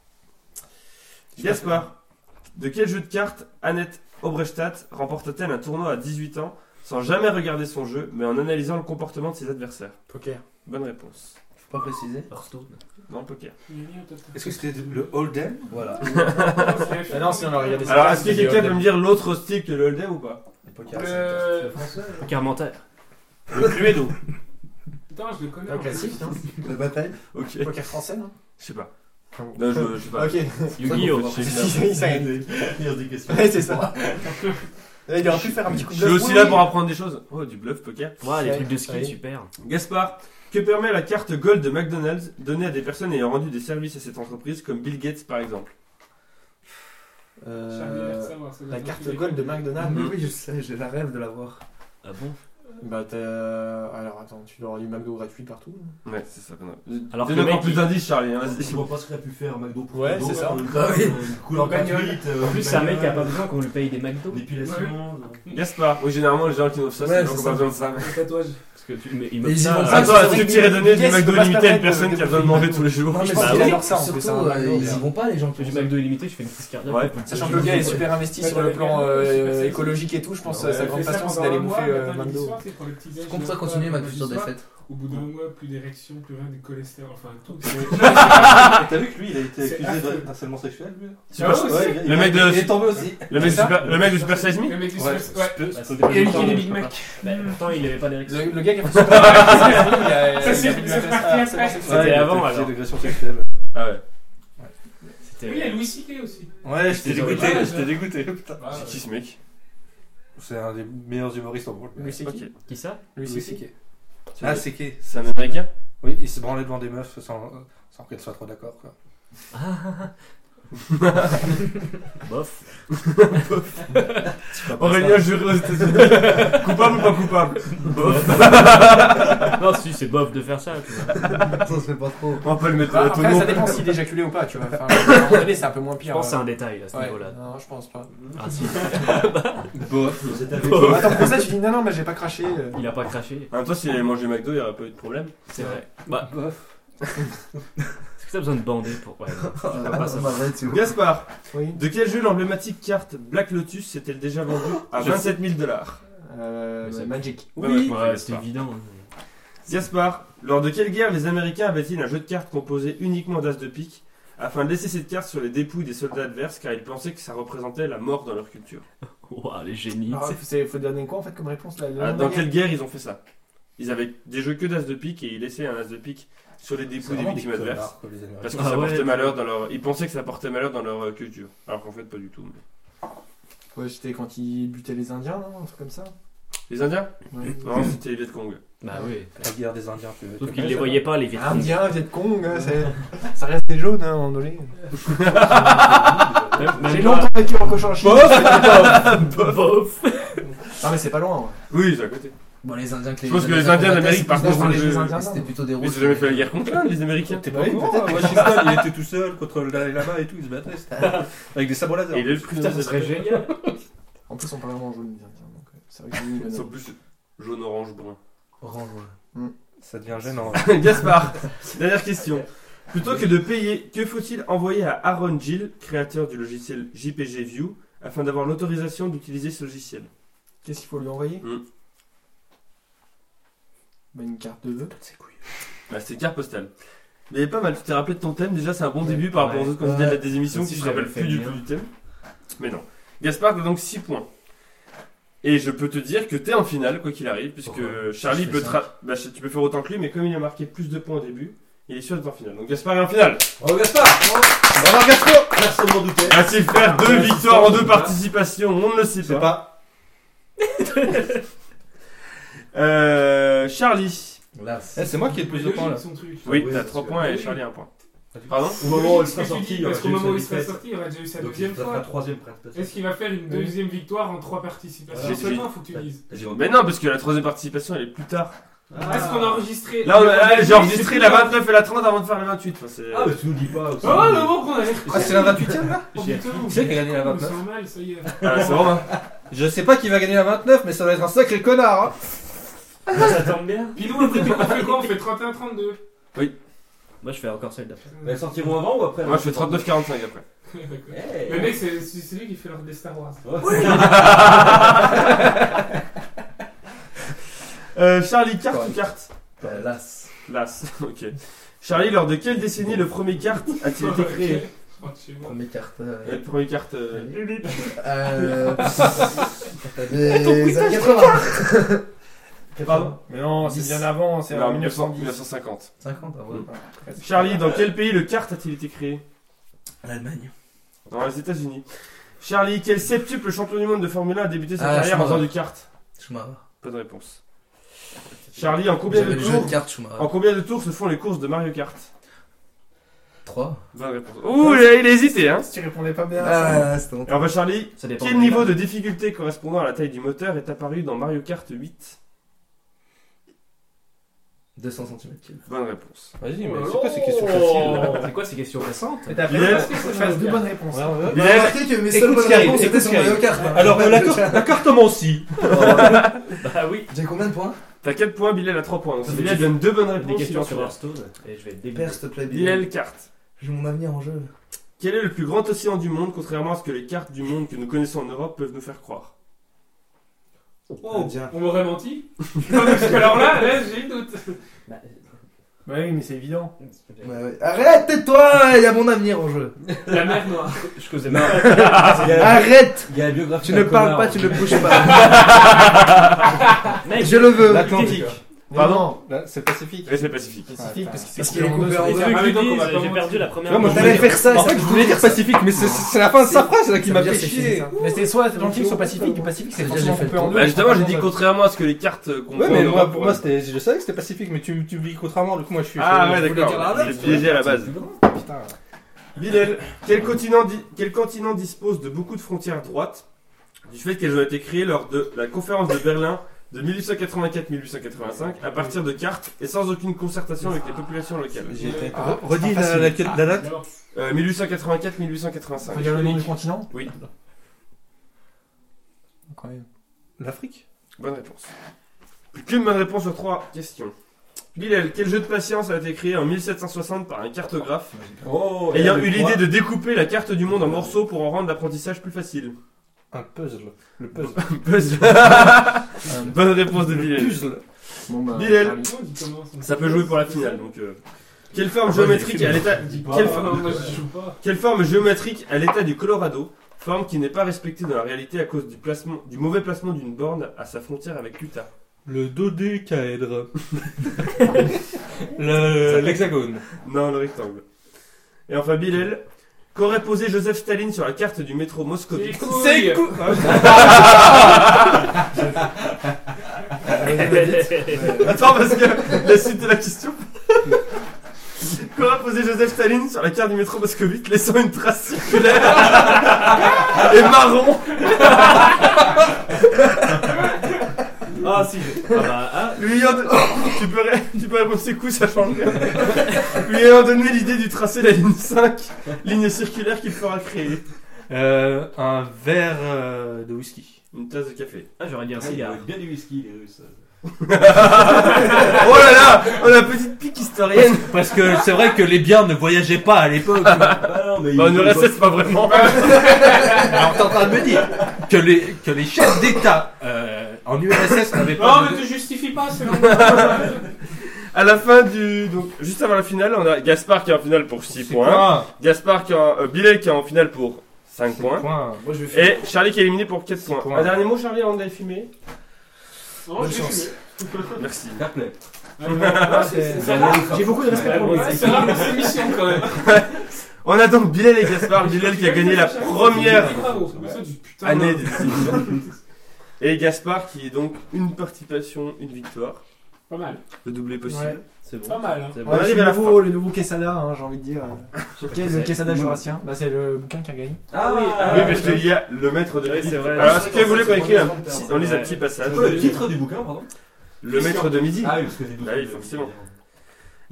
Gaspard, de quel jeu de cartes Annette Obrechtat remporte-t-elle un tournoi à 18 ans sans jamais regarder son jeu mais en analysant le comportement de ses adversaires
Poker.
Bonne réponse.
Faut pas préciser.
Hearthstone.
Non, poker.
Est-ce que c'était le Hold'em
Voilà.
Ah non, si on a regardé ça.
Alors, est-ce que quelqu'un peut me dire l'autre stick que le Hold'em ou pas
Le poker,
Euh,
Poker menteur.
Le Cluedo.
Putain, je le connais.
Un classique, non
c'est- La bataille.
Ok.
Poker français, non
Je sais pas.
Pardon.
Non, je, je sais pas.
Ok.
Yu-Gi-Oh!
Je sais
Il s'arrête. Ouais, c'est ça. Là, il aurait pu faire un petit
pas.
coup
Je
de
suis
bluff.
aussi là pour apprendre des choses. Oh, du bluff, poker.
Voilà, les
Ouais,
trucs de ski,
ouais.
super.
Gaspard, que permet la carte Gold de McDonald's donnée à des personnes ayant rendu des services à cette entreprise, comme Bill Gates par exemple
Euh, La carte gold de McDonald's.
Mais oui, je sais, j'ai la rêve de l'avoir.
Ah bon?
Bah, t'as. euh, Alors, attends, tu dois avoir du McDo gratuit partout.
Ouais, c'est ça qu'on a.
Alors
Donne
que le
encore
mec,
plus
il-
d'indices, Charlie. hein,
Je
vas-y.
vois pas ce qu'il a pu faire McDo pour
Ouais,
McDo,
c'est ça.
en même temps,
Ah oui.
euh, Couleur
Bagnole.
gratuite. euh,
En plus, c'est un mec qui a pas
bagnole,
besoin qu'on lui paye des McDo.
L'épilation.
Gaspard. Oui, généralement, les gens qui ont ça,
Ouais,
c'est les gens
c'est
qui ont pas
ça.
besoin de ça.
Le tatouage.
Parce que tu, mais il
Mais
me
ils y vont
ça.
pas.
Attends,
c'est
est-ce
vrai
que
que
tu irais donner du
Gates
McDo
peut pas se
limité à une
permettre de-
personne
de
qui a besoin de manger tous les jours Bah
Non, mais je
pense
pense
qu'il
qu'il
adore ça, en plus,
Surtout,
hein,
euh,
McDo,
ils
là.
y vont pas, les gens qui
Du
font ça.
McDo illimité, je fais une crise cardiaque.
Ouais.
Sachant que le gars est super investi sur le plan euh, écologique et tout, je pense que sa grande passion c'est d'aller bouffer euh, McDo.
C'est comme ça continuer ma culture des fêtes.
Au bout d'un mois, plus d'érection, plus rien, du cholestérol, enfin tout.
T'as vu que lui, il a été
C'est
accusé
affreux.
de harcèlement sexuel, lui
Super- Le mec de-
Ah Il est tombé aussi.
Le mec super- le mec du Super Size Me
Le mec qui se
Ouais.
fait- ouais.
Spe-
Il
Et qui est Big Mac.
Bah, Pourtant, il avait pas d'érection.
Le, le gars qui a fait son travail, il a-
Ça, c'est-
il a- il a-
c'est
ah,
parti
c'est
après.
bon, c'est bon.
C'était avant
Accusé
alors.
d'agression sexuelle.
Ah ouais.
Oui, il y a
euh,
Louis C.K. aussi.
Ouais, j'étais
Désolé.
dégoûté, j'étais dégoûté.
C'est qui ce mec
C'est un des meilleurs humoristes au monde.
Lui, c'est
Ok.
qui
Qui ça?
Lui, c'est qui
Ah, c'est qui
C'est un américain
Oui, il se branlait devant des meufs sans, sans qu'elles soient trop d'accord. quoi.
Bof.
Aurélien juré aux États-Unis. coupable ou pas coupable
non, si, c'est bof de faire ça. tu vois.
Ça se fait pas trop.
On peut le mettre
Bah,
à tout le
Après, ça
monde.
dépend s'il éjaculait ou pas, tu vois. Enfin, à un moment donné, c'est un peu moins
Je
pire.
pense que c'est
euh.
un détail à ce
Ouais.
niveau-là.
Non, je pense pas.
Ah si,
Bof.
Attends, pour ça, tu dis non, non, mais j'ai pas craché. euh.
il a pas craché.
En même temps, s'il avait mangé McDo, il n'y aurait pas eu de problème.
C'est vrai. Bah,
Bof.
est-ce que t'as besoin de bander pour. Ouais, non.
Ah,
pas
non,
ça.
ma vraie, tu vois.
Gaspard,
Oui.
de quel jeu l'emblématique carte Black Lotus s'est-elle déjà vendue à 27 000 dollars
Euh,
Mais c'est-
Magic.
Oui.
Ouais, c'est évident. hein.
Gaspard, lors de quelle guerre les Américains avaient-ils un jeu de cartes composé uniquement d'as de pique afin de laisser cette carte sur les dépouilles des soldats adverses car ils pensaient que ça représentait la mort dans leur culture
Ouah, les génies.
Alors, Ah, c'est- faut donner quoi en fait comme réponse là le
Ah,
Euh,
nom
Dans
de la
quelle guerre ils ont fait ça Ils avaient des jeux que d'as de pique et ils laissaient un as de pique sur les
C'est
dépouilles des
vraiment des
victimes adverses.
connards, quoi, les Américains.
Parce que
Ah
ça
ouais.
portait malheur dans leur. Ils pensaient que ça portait malheur dans leur euh, culture. Alors qu'en fait, pas du tout. mais-
Ouais, c'était quand ils butaient les Indiens, non Un truc comme ça
Les Indiens
Ouais.
Mm.
Non, c'était les Viet Cong.
Bah oui.
La guerre des Indiens. que-
Donc ils les voyaient pas, les Viet Cong.
Indien, Viet Cong, hein, c'est- ça reste des jaunes, hein, à un moment donné.
Même- même
J'ai
pas-
longtemps vécu en cochon en Chine.
Bof.
Non, mais c'est pas loin.
Oui, c'est à côté.
Ah,
Bon, les Indiens que
Je pense que les Indiens d'Amérique, par contre,
les-
je-
les Indiens,
C'était plutôt des
Mais
Russes.
ils ont jamais fait la guerre contre l'Inde, les Américains.
T'es pas au courant, à Washington, il était tout seul contre le Dalai Lama et tout, il se battait. c'était- Avec des sabres laser.
Et le plus tard,
Ce serait génial.
En plus, on parle vraiment en jaune, les Indiens. donc, euh, C'est vrai que
Ils
c'est
sont plus jaune, orange, brun.
Orange, ouais.
Mm. Ça devient gênant.
Gaspard, dernière question. Plutôt que de payer, que faut-il envoyer à Aaron Gill, créateur du logiciel JPG View, afin d'avoir l'autorisation d'utiliser ce logiciel
Qu'est-ce qu'il faut lui envoyer
Hmm.
Bah, Une carte de vœux.
Bah, c'était carte postale. Mais pas mal, tu t'es rappelé de ton thème, déjà c'est un bon début par rapport aux
Ouais.
autres candidats de
Ouais.
la désémission
Aussi,
qui se
je l'avais
rappellent
fait
plus du
bien.
tout du thème. Mais non. Gaspard t'as donc 6 points. Et je peux te dire que t'es en finale, quoi qu'il arrive, puisque
Pourquoi
Charlie
Oh, Je fais
peut te
cinq.
ra- bah, tu peux faire autant que lui, mais comme il a marqué plus de points au début, il est sûr d'être en finale. Donc Gaspard est en finale.
Oh, Gaspard Bravo, Gaspard Personne m'en doutait.
Ainsi faire deux victoires en deux participations, on ne le sait
Je sais
pas.
pas.
Euh, Charlie.
Là,
Eh, c'est moi qui ai le plus de points là.
Son truc.
Oui,
oui, Ah,
t'as
c'est
3
sûr.
points et
Oui.
Charlie 1 point. Pardon
Au moment où il sera
Parce que tu
sorti,
dis-
il y aura
Parce qu'au
déjà eu
moment où il
sa
sera
défaite.
sorti, il aura déjà eu sa
Donc,
deuxième
ça fera
fois.
troisième prestation.
Est-ce qu'il va faire une deuxième victoire en trois participations
Voilà.
Seulement, faut que tu dises.
Bah,
Mais non, parce que la troisième participation elle est plus tard.
Ah.
Est-ce qu'on a enregistré
Là, on a-
les-
ah,
les-
j'ai enregistré
les-
la 29 et la 30 avant de faire la 28. Enfin, c'est-
Ah, mais tu nous dis pas. aussi.
Ah ouais, mais bon, on a l'air.
Ah, c'est la 28 e là
Oh, putain, on
Qui a
est
gagné la
con,
29?
C'est normal, ça y est.
Ah, c'est Romain.
Je sais pas qui va gagner la 29, mais ça va être un sacré connard. hein.
Ça tombe bien.
Puis nous, après, on fait quoi On fait 31-32.
Moi, je fais encore celle d'après.
Mais elles sortiront avant ou après hein,
Moi, je fais 39-45 après.
D'accord.
Eh.
Le mec, c'est c'est- c'est lui qui fait l'ordre des Star Wars.
Euh, Charlie, carte ou carte
Las.
Las. Ok. Charlie, lors de quelle décennie le premier carte a-t-il été créé
Oh, tu vois.
Premier carte.
Euh, Le premier carte. euh,
Euh. Les années 80.
Pardon
Mais non, c'est
Dix.
bien avant, c'est
Non,
en
1900,
1910.
1950.
50, ah ouais.
Charlie, dans quel pays le carte a-t-il été créé
L'Allemagne.
Dans les États-Unis. Charlie, quel septuple champion du monde de Formule 1 a débuté sa
Ah,
carrière en faisant
Schumacher.
du kart
Schumacher.
Pas de réponse. Charlie, en combien
J'avais
de
le jeu
tours
de cartes
En
Schumacher.
combien de tours se font les courses de Mario Kart
3.
Bonne réponse. Ouh, il a, il a hésité, hein
Si tu répondais pas bien.
Bah,
Ah, c'était bon.
Et enfin, Charlie,
Ça dépend.
quel
du
niveau
débat.
de difficulté correspondant à la taille du moteur est apparu dans Mario Kart 8
200 cm.
Bonne réponse.
Vas-y, mais
Oh.
c'est quoi ces questions faciles
C'est quoi ces questions récentes
Et t'as fait
Yes.
parce que ça fasse deux bonnes réponses.
J'ai
Bilal,
remarqué que mes
Écoute
seules
ce
bonnes
qui arrive,
réponses
écoute
étaient
ce
sur
qui
Mario Kart. hein.
Alors,
Pas
euh,
de
la,
jeu de
cor-
cartes.
la cartomancie.
Bah oui.
J'ai combien de points
t'as 4 points, Bilal a 3 points. Donc,
Ça fait
Bilal
des-
donne 2 bonnes
Des
réponses. il
questions
en
sur
fait.
Hearthstone et je vais être dégueu.
Père, s'il te plaît, Bilal.
Bilal, carte.
J'ai mon avenir en jeu.
Quel est le plus grand océan du monde, contrairement à ce que les cartes du monde que nous connaissons en Europe peuvent nous faire croire
Oh, on m'aurait menti Non, parce que alors là, là, j'ai une doute.
Bah,
Bah oui, mais c'est évident.
Ouais, ouais. Arrête, tais-toi Il y a mon avenir en jeu.
La mer noire.
Je causais mal.
Arrête
Il y a la biographie. hein.
Tu
d'un
ne parles
connard.
pas, tu ne bouges pas.
Mec,
Je le veux.
L'Atlantique.
Pardon
Là, C'est le Pacifique.
Et c'est Pacifique.
Pacifique, parce qu'il s'est
Parce qu'il est
coupé en deux
coupé
sur
en
les
deux.
Ceux
airs.
qui disent,
Ah oui, donc, on va pas
j'ai
mentir.
perdu la première.
Non, moi,
partie.
je voulais
T'allais faire ça,
En
ça
fait, je voulais dire Pacifique, mais c'est c'est la fin de sa phrase là qui m'a fait chier.
Mais c'est soit l'Atlantique, soit Pacifique. Et Pacifique, c'est
Déjà,
forcément
j'ai fait
coupé
le
en
tour.
deux.
Bah, justement, j'ai dit contrairement à ce que les cartes euh, qu'on
Ouais,
voit en
mais
Europe,
moi, pour moi,
euh,
c'était, je savais que c'était Pacifique, mais tu, tu me dis contrairement, du coup, moi, je suis.
Ah ouais,
je-
d'accord. J'ai piégé à la base.
Putain.
Ah, Bilal, quel continent, di- quel continent dispose de beaucoup de frontières droites du fait qu'elles ont été créées lors de la conférence de Berlin de 1884-1885 à partir de cartes et sans aucune concertation avec les populations locales
J'y étais.
Ah,
Re- Redis la, la, la date.
Euh, 1884-1885.
Faut dire le nom du continent
Oui.
Incroyable.
L'Afrique
Bonne réponse. Plus qu'une bonne réponse sur trois questions. Bilal, quel jeu de patience a été créé en 1760 par un cartographe
Oh,
ayant
il y a
eu
le droit.
l'idée de découper la carte du monde en morceaux pour en rendre l'apprentissage plus facile
Un puzzle. Le puzzle.
Puzzle. bonne réponse de Bilal.
puzzle.
Bon, bah,
Bilal.
Charlie.
Ça peut jouer pour la finale, donc. euh, Quelle forme géométrique à l'état quelle,
Ah, non,
forme-
moi, je joue pas.
quelle forme géométrique à l'état du Colorado, forme qui n'est pas respectée dans la réalité à cause du placement du mauvais placement d'une borne à sa frontière avec l'Utah.
Le dodécaèdre. Le- L'hexagone.
Non, le rectangle. Et enfin Bilal, qu'aurait posé Joseph Staline sur la carte du métro
C'est
Moscovite
cool.
cool. Attends, parce que la suite de la question. Qu'aura posé Joseph Staline sur la carte du métro Moscovite, laissant une trace circulaire et marron
Ah si, je- ah, bah, ah.
hein. Lui ayant don- tu, peux ré- tu peux répondre ses coups, ça change rien. Lui ayant donné l'idée du tracé de la ligne 5, ligne circulaire qu'il fera créer.
Euh, un verre euh, de whisky.
Une tasse de café.
Ah, j'aurais dit un cigare.
Bien du whisky, les Russes.
Oh là là On a une petite pique historienne
Parce que c'est vrai que les biens ne voyageaient pas à l'époque.
Ah non, mais
Bah, on
ils-
aurait c'est pas vraiment.
Alors t'es en train de me dire que les, que les chefs d'État euh, en URSS n'avaient
Non,
pas...
mais te justifie pas, c'est long.
À la fin du. Donc, juste avant la finale, on a Gaspard qui est en finale pour 6
C'est
points. Gaspard qui est en. euh, Billet qui est en finale pour 5
C'est
points.
point.
Moi, je vais faire.
Et Charlie qui est éliminé pour 4 points.
points.
Un dernier mot, Charlie, avant d'aller fumer
Non, je vais fumer.
Merci.
C'est rare,
J'ai beaucoup de respect pour lui.
c'est rare pour cette émission quand même.
On a donc Bilal et Gaspard. Bilal qui a gagné la première
Bravo, mais ça, du putain.
année des émissions. Et Gaspard qui est donc une participation, une victoire.
Pas mal,
Le doublé possible.
C'est
pas mal. hein.
C'est
On
Ouais, c'est
arrive
le
à la fin.
nouveau, le nouveau Quesada, hein, j'ai envie de dire. Quel le Quesada jurassien Bah, c'est le bouquin qui a gagné.
Ah oui, ah
Oui, parce qu'il y a le maître de
Oui,
midi.
c'est vrai.
Alors, est-ce que vous voulez qu'on écrive un
Ouais.
petit- On lise un petit passage.
C'est quoi le titre du bouquin, pardon
Le maître de midi.
Ah oui, parce que c'est
Bah oui, forcément.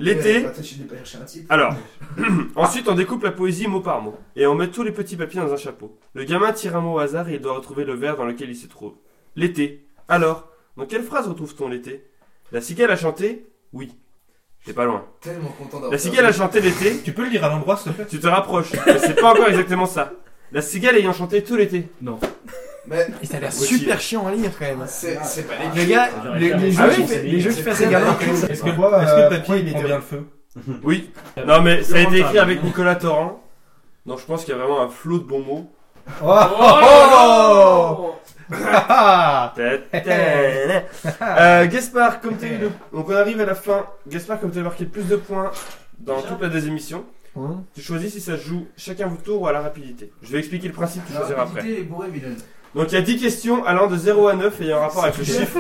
L'été.
Attends, je vais pas chercher un
Ah.
titre.
Alors, ensuite on découpe la poésie mot par mot et on met tous les petits papiers dans un chapeau. Le gamin tire un mot au hasard et il doit retrouver le verre dans lequel il se trouve. L'été. Alors, dans quelle phrase retrouve-t-on l'été La cigale a chanté Oui. T'es pas loin.
tellement content d'avoir
La cigale a chanté l'été,
Tu peux le lire à l'endroit, s'il te plaît
tu te rapproches. Mais c'est pas encore exactement ça. La cigale ayant chanté tout l'été.
Ah,
Mais
Et ça a l'air
Gauthier.
super chiant à lire quand même.
c'est c'est
Ah,
pas les
Les gars,
J'aurais
les,
dit un
les
cigare.
jeux,
Ah oui,
qui-
c'est-
les jeux que je fais,
c'est
c'est
très
galant.
bien.
Est-ce que,
Pourquoi,
est-ce que
euh,
le
pourquoi
papier
il
il
était-
prend bien le feu
Oui. Non mais ça a été écrit avec Nicolas Torrent. Non, je pense qu'il y a vraiment un flot de bons mots. Oh
Oh
Euh, Gaspard, comme t'as eu le... Donc on arrive à la fin. Gaspard, comme t'as marqué le plus de points dans toute la des émissions,
Hein
tu choisis si ça se joue chacun votre tour ou à la rapidité. Je vais expliquer le principe, tu choisiras après.
les bourrés, Milan.
Donc il y a 10 questions allant de 0 à 9 ayant un rapport avec le chiffre.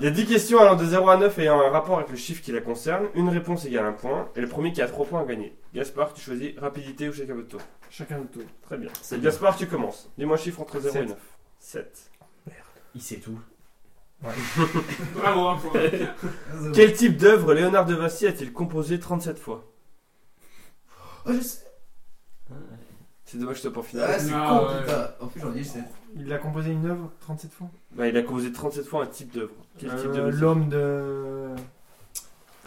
Il y a 10 questions allant de 0 à 9 ayant un rapport avec le chiffre qui la concerne. Une réponse égale un point. Et le premier qui a 3 points a gagné. Gaspard, tu choisis rapidité ou chacun votre tour
Chacun notre tour.
Très bien. Gaspard, tu commences. Dis-moi un chiffre entre 0 et
Sept.
9. 7.
Il sait tout.
Bravo, hein, un point.
Quel type d'œuvre Léonard de Vinci a-t-il composé 37 fois
Oh, je sais.
C'est dommage, c'est pas en finale.
Ah, c'est
Ah,
con,
ouais.
putain. En plus, j'en ai 7.
Il a composé une œuvre 37 fois.
Bah, il a composé 37 fois un type d'œuvre. Quel type
Euh,
d'œuvre
L'homme de.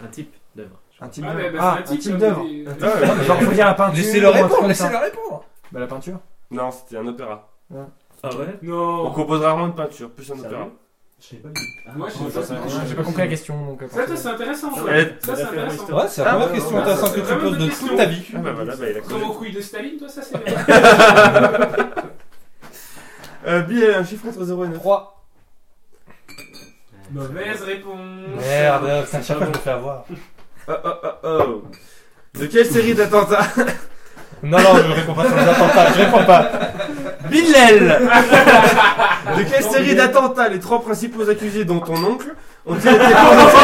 Un type d'œuvre.
Un type
Ah,
d'œuvre.
mais- mais
Ah,
c'est
un
type,
type
hein,
d'œuvre.
mais-
c'est- Ah, ouais.
Genre, faut dire la peinture. ou
Laissez-le
un truc
répondre,
comme
laissez-le
ça.
répondre.
Bah, la peinture.
Non, c'était un opéra.
Ah ouais
On
Non.
compose rarement une peinture, plus un opéra.
Je savais pas.
Moi, je sais
Ah,
pas.
ça,
Ça,
J'ai pas compris la question donc.
toi, c'est intéressant.
Ouais.
ouais. Ça, c'est
La ferme
intéressant.
historique.
Ah, Ouais, c'est la première
ouais,
question
ouais,
intéressante
ouais,
que
ouais,
tu poses de
bonne
toute ta vie.
Ah bah voilà, bah, il a
Comme
composé.
aux couilles de Staline, toi, ça, c'est.
Euh, Bill, un chiffre entre 0 et 9.
3.
Mauvaise réponse.
Merde, c'est un chapeau que je me fais avoir.
Oh, oh, oh, oh. De quelle série d'attentats
Non, non, je réponds pas sur les attentats, je réponds pas.
Bilal De quelle série d'attentats les trois principaux accusés, dont ton oncle, ont-ils été condamnés-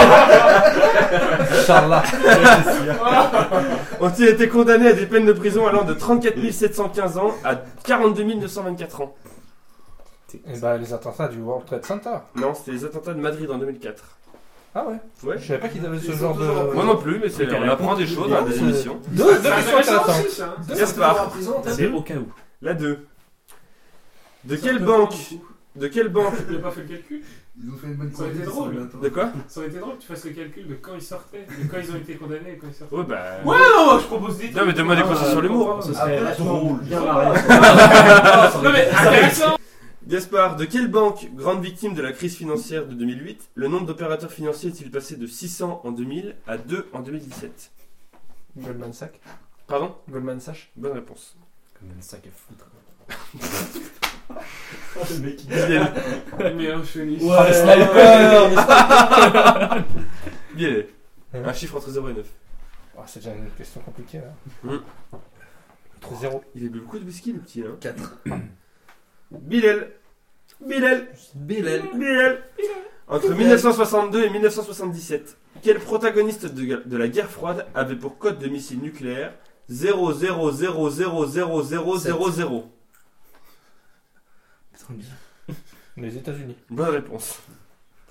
Charles
ont-ils été condamnés à des peines de prison allant de 34 715 ans à 42 924 ans
Et bah, les attentats du World Trade Center.
Non, c'était les attentats de Madrid en 2004.
Ah ouais
Ouais.
Je savais pas qu'ils avaient ce
Ils
genre
sont
de.
toujours en prison.
Moi non plus, mais c'est,
Nickel.
on apprend des choses dans des émissions.
Deux, deux
C'est
questions
intéressant
intéressantes.
aussi, ça.
Deux,
Gaspard.
c'est toujours en prison, t'as
C'est
vu
au cas où.
La 2. De quelle banque De quelle banque
Il a pas fait le calcul.
Ils ont fait une bonne
Ça aurait été
corrige,
drôle.
ça, bientôt.
De quoi
Ça aurait été drôle que tu fasses le calcul de quand ils sortaient, de quand ils ont été condamnés et quand ils sortaient.
Ouais bah.
Ouais, non, je propose des Ah,
Non mais donne-moi des conseils sur l'humour.
Ça serait-
Après, là, je m'en-
drôle.
Bien marré.
Non, mais intéressant.
Gaspard, de quelle banque, grande victime de la crise financière de 2008, le nombre d'opérateurs financiers est-il passé de 600 en 2000 à 2 en 2017
Goldman Sachs.
Pardon
Goldman Sachs.
Bonne réponse.
Comme un sac à foutre.
Le mec, il-
Bien,
Mais euh, un chenille.
Ah,
le sniper
bien. Un chiffre entre 0 et 9.
Ah, c'est déjà une question compliquée là.
Hmm.
3-0.
hein. Il a bu beaucoup de whisky le petit là.
Quatre.
Bilal, Bilal
Bilal.
Bilal Entre 1962 et 1977, quel protagoniste de, de la guerre froide avait pour code de missile nucléaire 000000000
Putain, bien.
Les États-Unis.
Bonne réponse.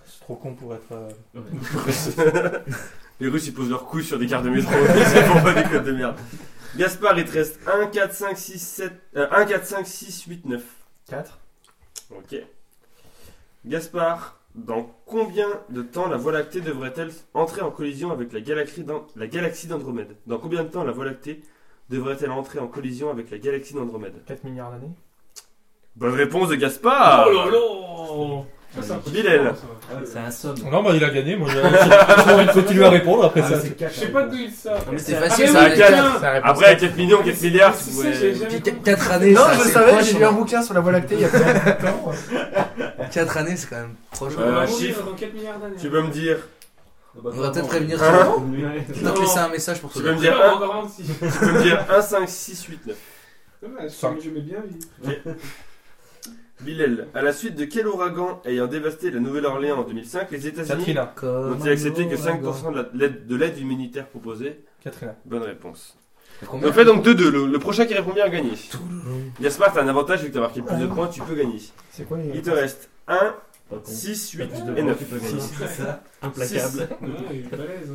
C'est trop con pour être. euh,
Les Russes ils posent leurs couilles sur des cartes de métro, ils font pas des codes de merde. Gaspard, il te reste 1, 4, 5, 6, 7, euh, 1, 4, 5, 6, 8, 9.
4.
Ok. Gaspard, dans combien de temps la Voie lactée devrait-elle entrer en collision avec la galaxie d'An- la galaxie d'Andromède Dans combien de temps la Voie lactée devrait-elle entrer en collision avec la galaxie d'Andromède
4 milliards d'années.
Bonne réponse de Gaspard
Oh là là Ça, c'est un petit
Bilal.
moment, ça.
C'est un somme.
Non, bah il a gagné, moi j'ai j'ai envie de continuer à répondre après
Ah,
ça. Ah, c'est- hein.
Je sais pas d'où il sort.
Non, mais c'est
Ah,
facile,
mais
ça
oui,
va être
tiens.
quatre-
Ça répond.
Après, 4 millions, 4 milliards,
Tu
si vous
sais, j'ai
voulez.
jamais
Qu-
compris.
Quatre années,
Non,
c'est
je le
assez
savais,
proche,
j'ai lu un
hein.
bouquin sur la voie lactée il y a pas longtemps.
Quatre années, c'est quand même proche.
On
Euh,
va mourir
chiffre.
dans 4 milliards d'années.
Tu peux me dire,
On devrait peut-être prévenir.
Hein
sur-
Non.
Peut-être laisser un message pour
tu
se
peux me
Après,
dire
on
1,
va rendre si.
tu peux me dire 1, 5, 6, 8, 9.
Dommage,
Cinq.
je mets bien vite.
Bilal, à la suite de quel ouragan ayant dévasté la Nouvelle-Orléans en 2005, les États-Unis
Katrina.
euh,
n'ont-ils accepté que 5% de la- l'aide- de l'aide humanitaire proposée
Katrina.
Bonne réponse.
Combien
On fait donc 2-2. Le, le prochain qui répond bien gagne. Gaspard, t'as un avantage vu que t'as marqué plus de points, tu peux gagner.
C'est quoi
Il
les.
te reste 1,
Pas con.
6, 8
Plus de
et
points, tu peux
9.
gagner.
Implacable.
Ah, il est balèze.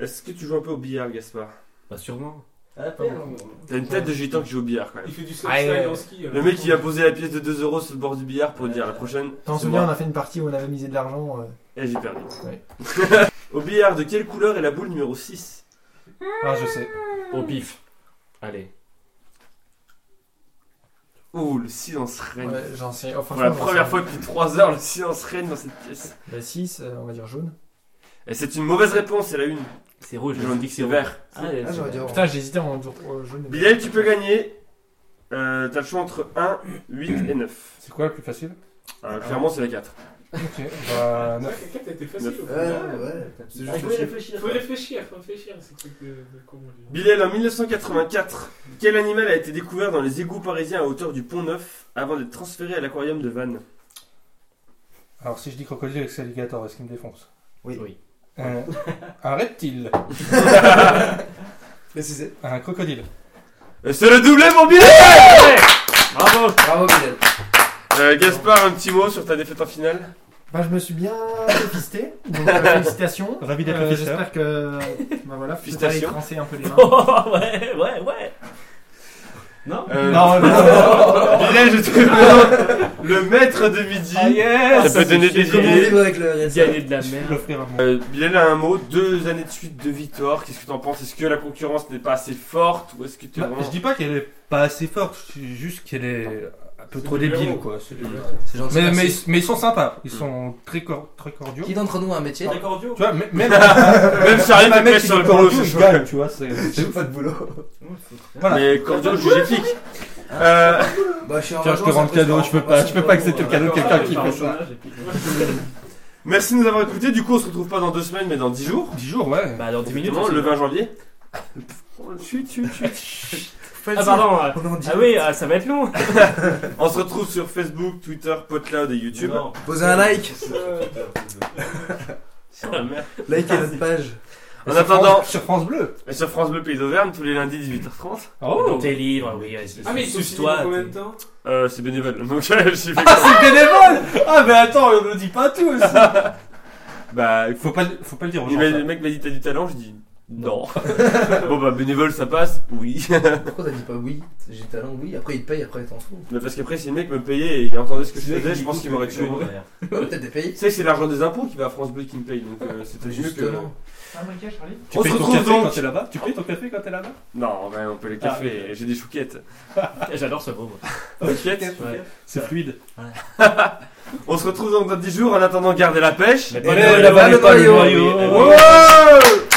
Est-ce que tu joues un peu au billard, Gaspard
Bah, sûrement.
Ah, pas bon.
T'as une tête de gitan qui joue au billard quand même.
Il fait du euh. slopestyle en ski.
Le mec qui a posé la pièce de 2 euros sur le bord du billard pour dire la prochaine.
T'en
c'est
souviens, on
moi.
a fait une partie où on avait misé de l'argent. euh,
Et j'ai perdu.
Ouais.
au billard, de quelle couleur est la boule numéro 6
Ah, je sais.
Au pif. Allez.
Ouh, le silence règne.
ouais, J'en sais. oh,
Pour la
franchement,
première
ça-
fois depuis 3 heures, le silence règne dans cette pièce.
La 6, euh, on va dire jaune.
Et c'est une mauvaise réponse, c'est la une.
C'est rouge,
Je dis que c'est vert.
Allez,
Ah, j'aurais dit orange.
Putain, j'hésitais en euh, jaune.
Bilal, tu peux gagner. Euh, T'as le choix entre 1, 8 et 9.
C'est quoi le plus facile
Euh, clairement, c'est la 4.
Ok, bah.
Non,
neuf.
quelqu'un t'as été facile au
Ouais,
final.
ouais. C'est
Ah,
juste
faut y
le chiffre.
réfléchir.
Faut réfléchir, faut réfléchir à ces trucs de de con. lui.
Bilal, en 1984, quel animal a été découvert dans les égouts parisiens à hauteur du Pont Neuf avant d'être transféré à l'aquarium de Vannes
Alors, si je dis crocodile avec cet alligator, est-ce qu'il me défonce
Oui.
Oui.
Euh, un reptile.
Précisez.
Un crocodile.
Euh, C'est le doublé, mon Bilal Bravo
Bravo, Bilal.
Euh, Gaspard, un petit mot sur ta défaite en finale
Bah, je me suis bien fisté. Donc, euh, félicitations.
Ravi d'être
Euh,
le fisteur.
J'espère que. Bah voilà, faut
Fistation.
aller crancer un peu les mains.
ouais, ouais, ouais. Non
Euh,
Non, non, non.
Ah,
Bilal, je te présente le maître de midi. Ça peut donner des
Comment on
idées.
vit avec le reste
Gagner de la
Je peux
merde.
l'offrir à mon.
Euh, Bilal a un mot, deux années de suite de victoire. Qu'est-ce que t'en penses Est-ce que la concurrence n'est pas assez forte ou est-ce que tu
Bah, je dis pas qu'elle est pas assez forte, je dis juste qu'elle est un peu
C'est
trop
du
débile,
blaireau.
quoi.
C'est du blaireau.
C'est gentil.
Mais, mais,
merci.
mais ils sont sympas, ils sont très, cor- très cordiaux.
Qui d'entre nous a un métier
Très cordiaux.
Tu vois, même, même, même
Ah,
Charlie
un
te
mec
pète
qui
sur
dit
le
cordiaux,
boulot,
je
c'est
gagne, tu vois. c'est- c'est-
J'ai pas de boulot.
Voilà.
Mais cordial, jugé flic. Euh,
Bah, je suis en
Tiens, je te
vacances,
rends le
après,
cadeau, je peux pas, je peux pas accepter le cadeau de quelqu'un qui fait ça.
merci de nous avoir écoutés. Du coup, on se retrouve pas dans deux semaines, mais dans dix jours.
10 jours, ouais.
Bah, dans 10 minutes.
Exactement,
aussi.
le 20 janvier. Oh,
Ah, pardon. euh,
On en dit.
Ah oui, ah, ça va être long.
On se retrouve sur Facebook, Twitter, Podcloud et YouTube.
Non.
Posez un like.
Ah, merde.
Likez notre page.
En
Sur
attendant-
France- Sur France Bleu. Oh.
Et sur France Bleu Pays d'Auvergne, tous les lundis 18h30.
Dans tes livres, oui. vas-y.
Ah, mais il se
Suce-toi,
toi combien de
t'es-
temps
Euh, c'est bénévole. Donc, je suis fait
Ah, c'est bénévole Ah, mais attends, on ne dit pas tout aussi.
Bah, il
Faut pas, le- faut pas le dire aux
Il
gens.
m'a-
ça.
le mec m'a dit t'as du talent, je dis non. bon bah bénévole ça passe, oui.
Pourquoi t'as dit pas oui J'ai talent, oui. Après, il te paye, après, t'en fous.
Mais parce qu'après si le mec me payait et il entendait ce que je faisais, je pense qu'il m'aurait tué.
Peut-être des
Tu
pays.
sais que c'est l'argent des impôts qui va à France Bleu qui me paye, donc euh, c'est peut-être mieux que.
Justement.
Ah, mon gars, Charlie
Tu
On
payes
se
ton
retrouve
café
donc-
quand t'es là-bas Tu payes ton café quand t'es là-bas
Non, ouais, on peut les cafés, j'ai des chouquettes.
J'adore ce mot. moi.
Chouquettes
Ouais.
C'est fluide.
On se retrouve donc dans 10 jours, en attendant gardez la pêche.
Mais
Et ne lavez
le
pas le
noyau.
noyau.
Wow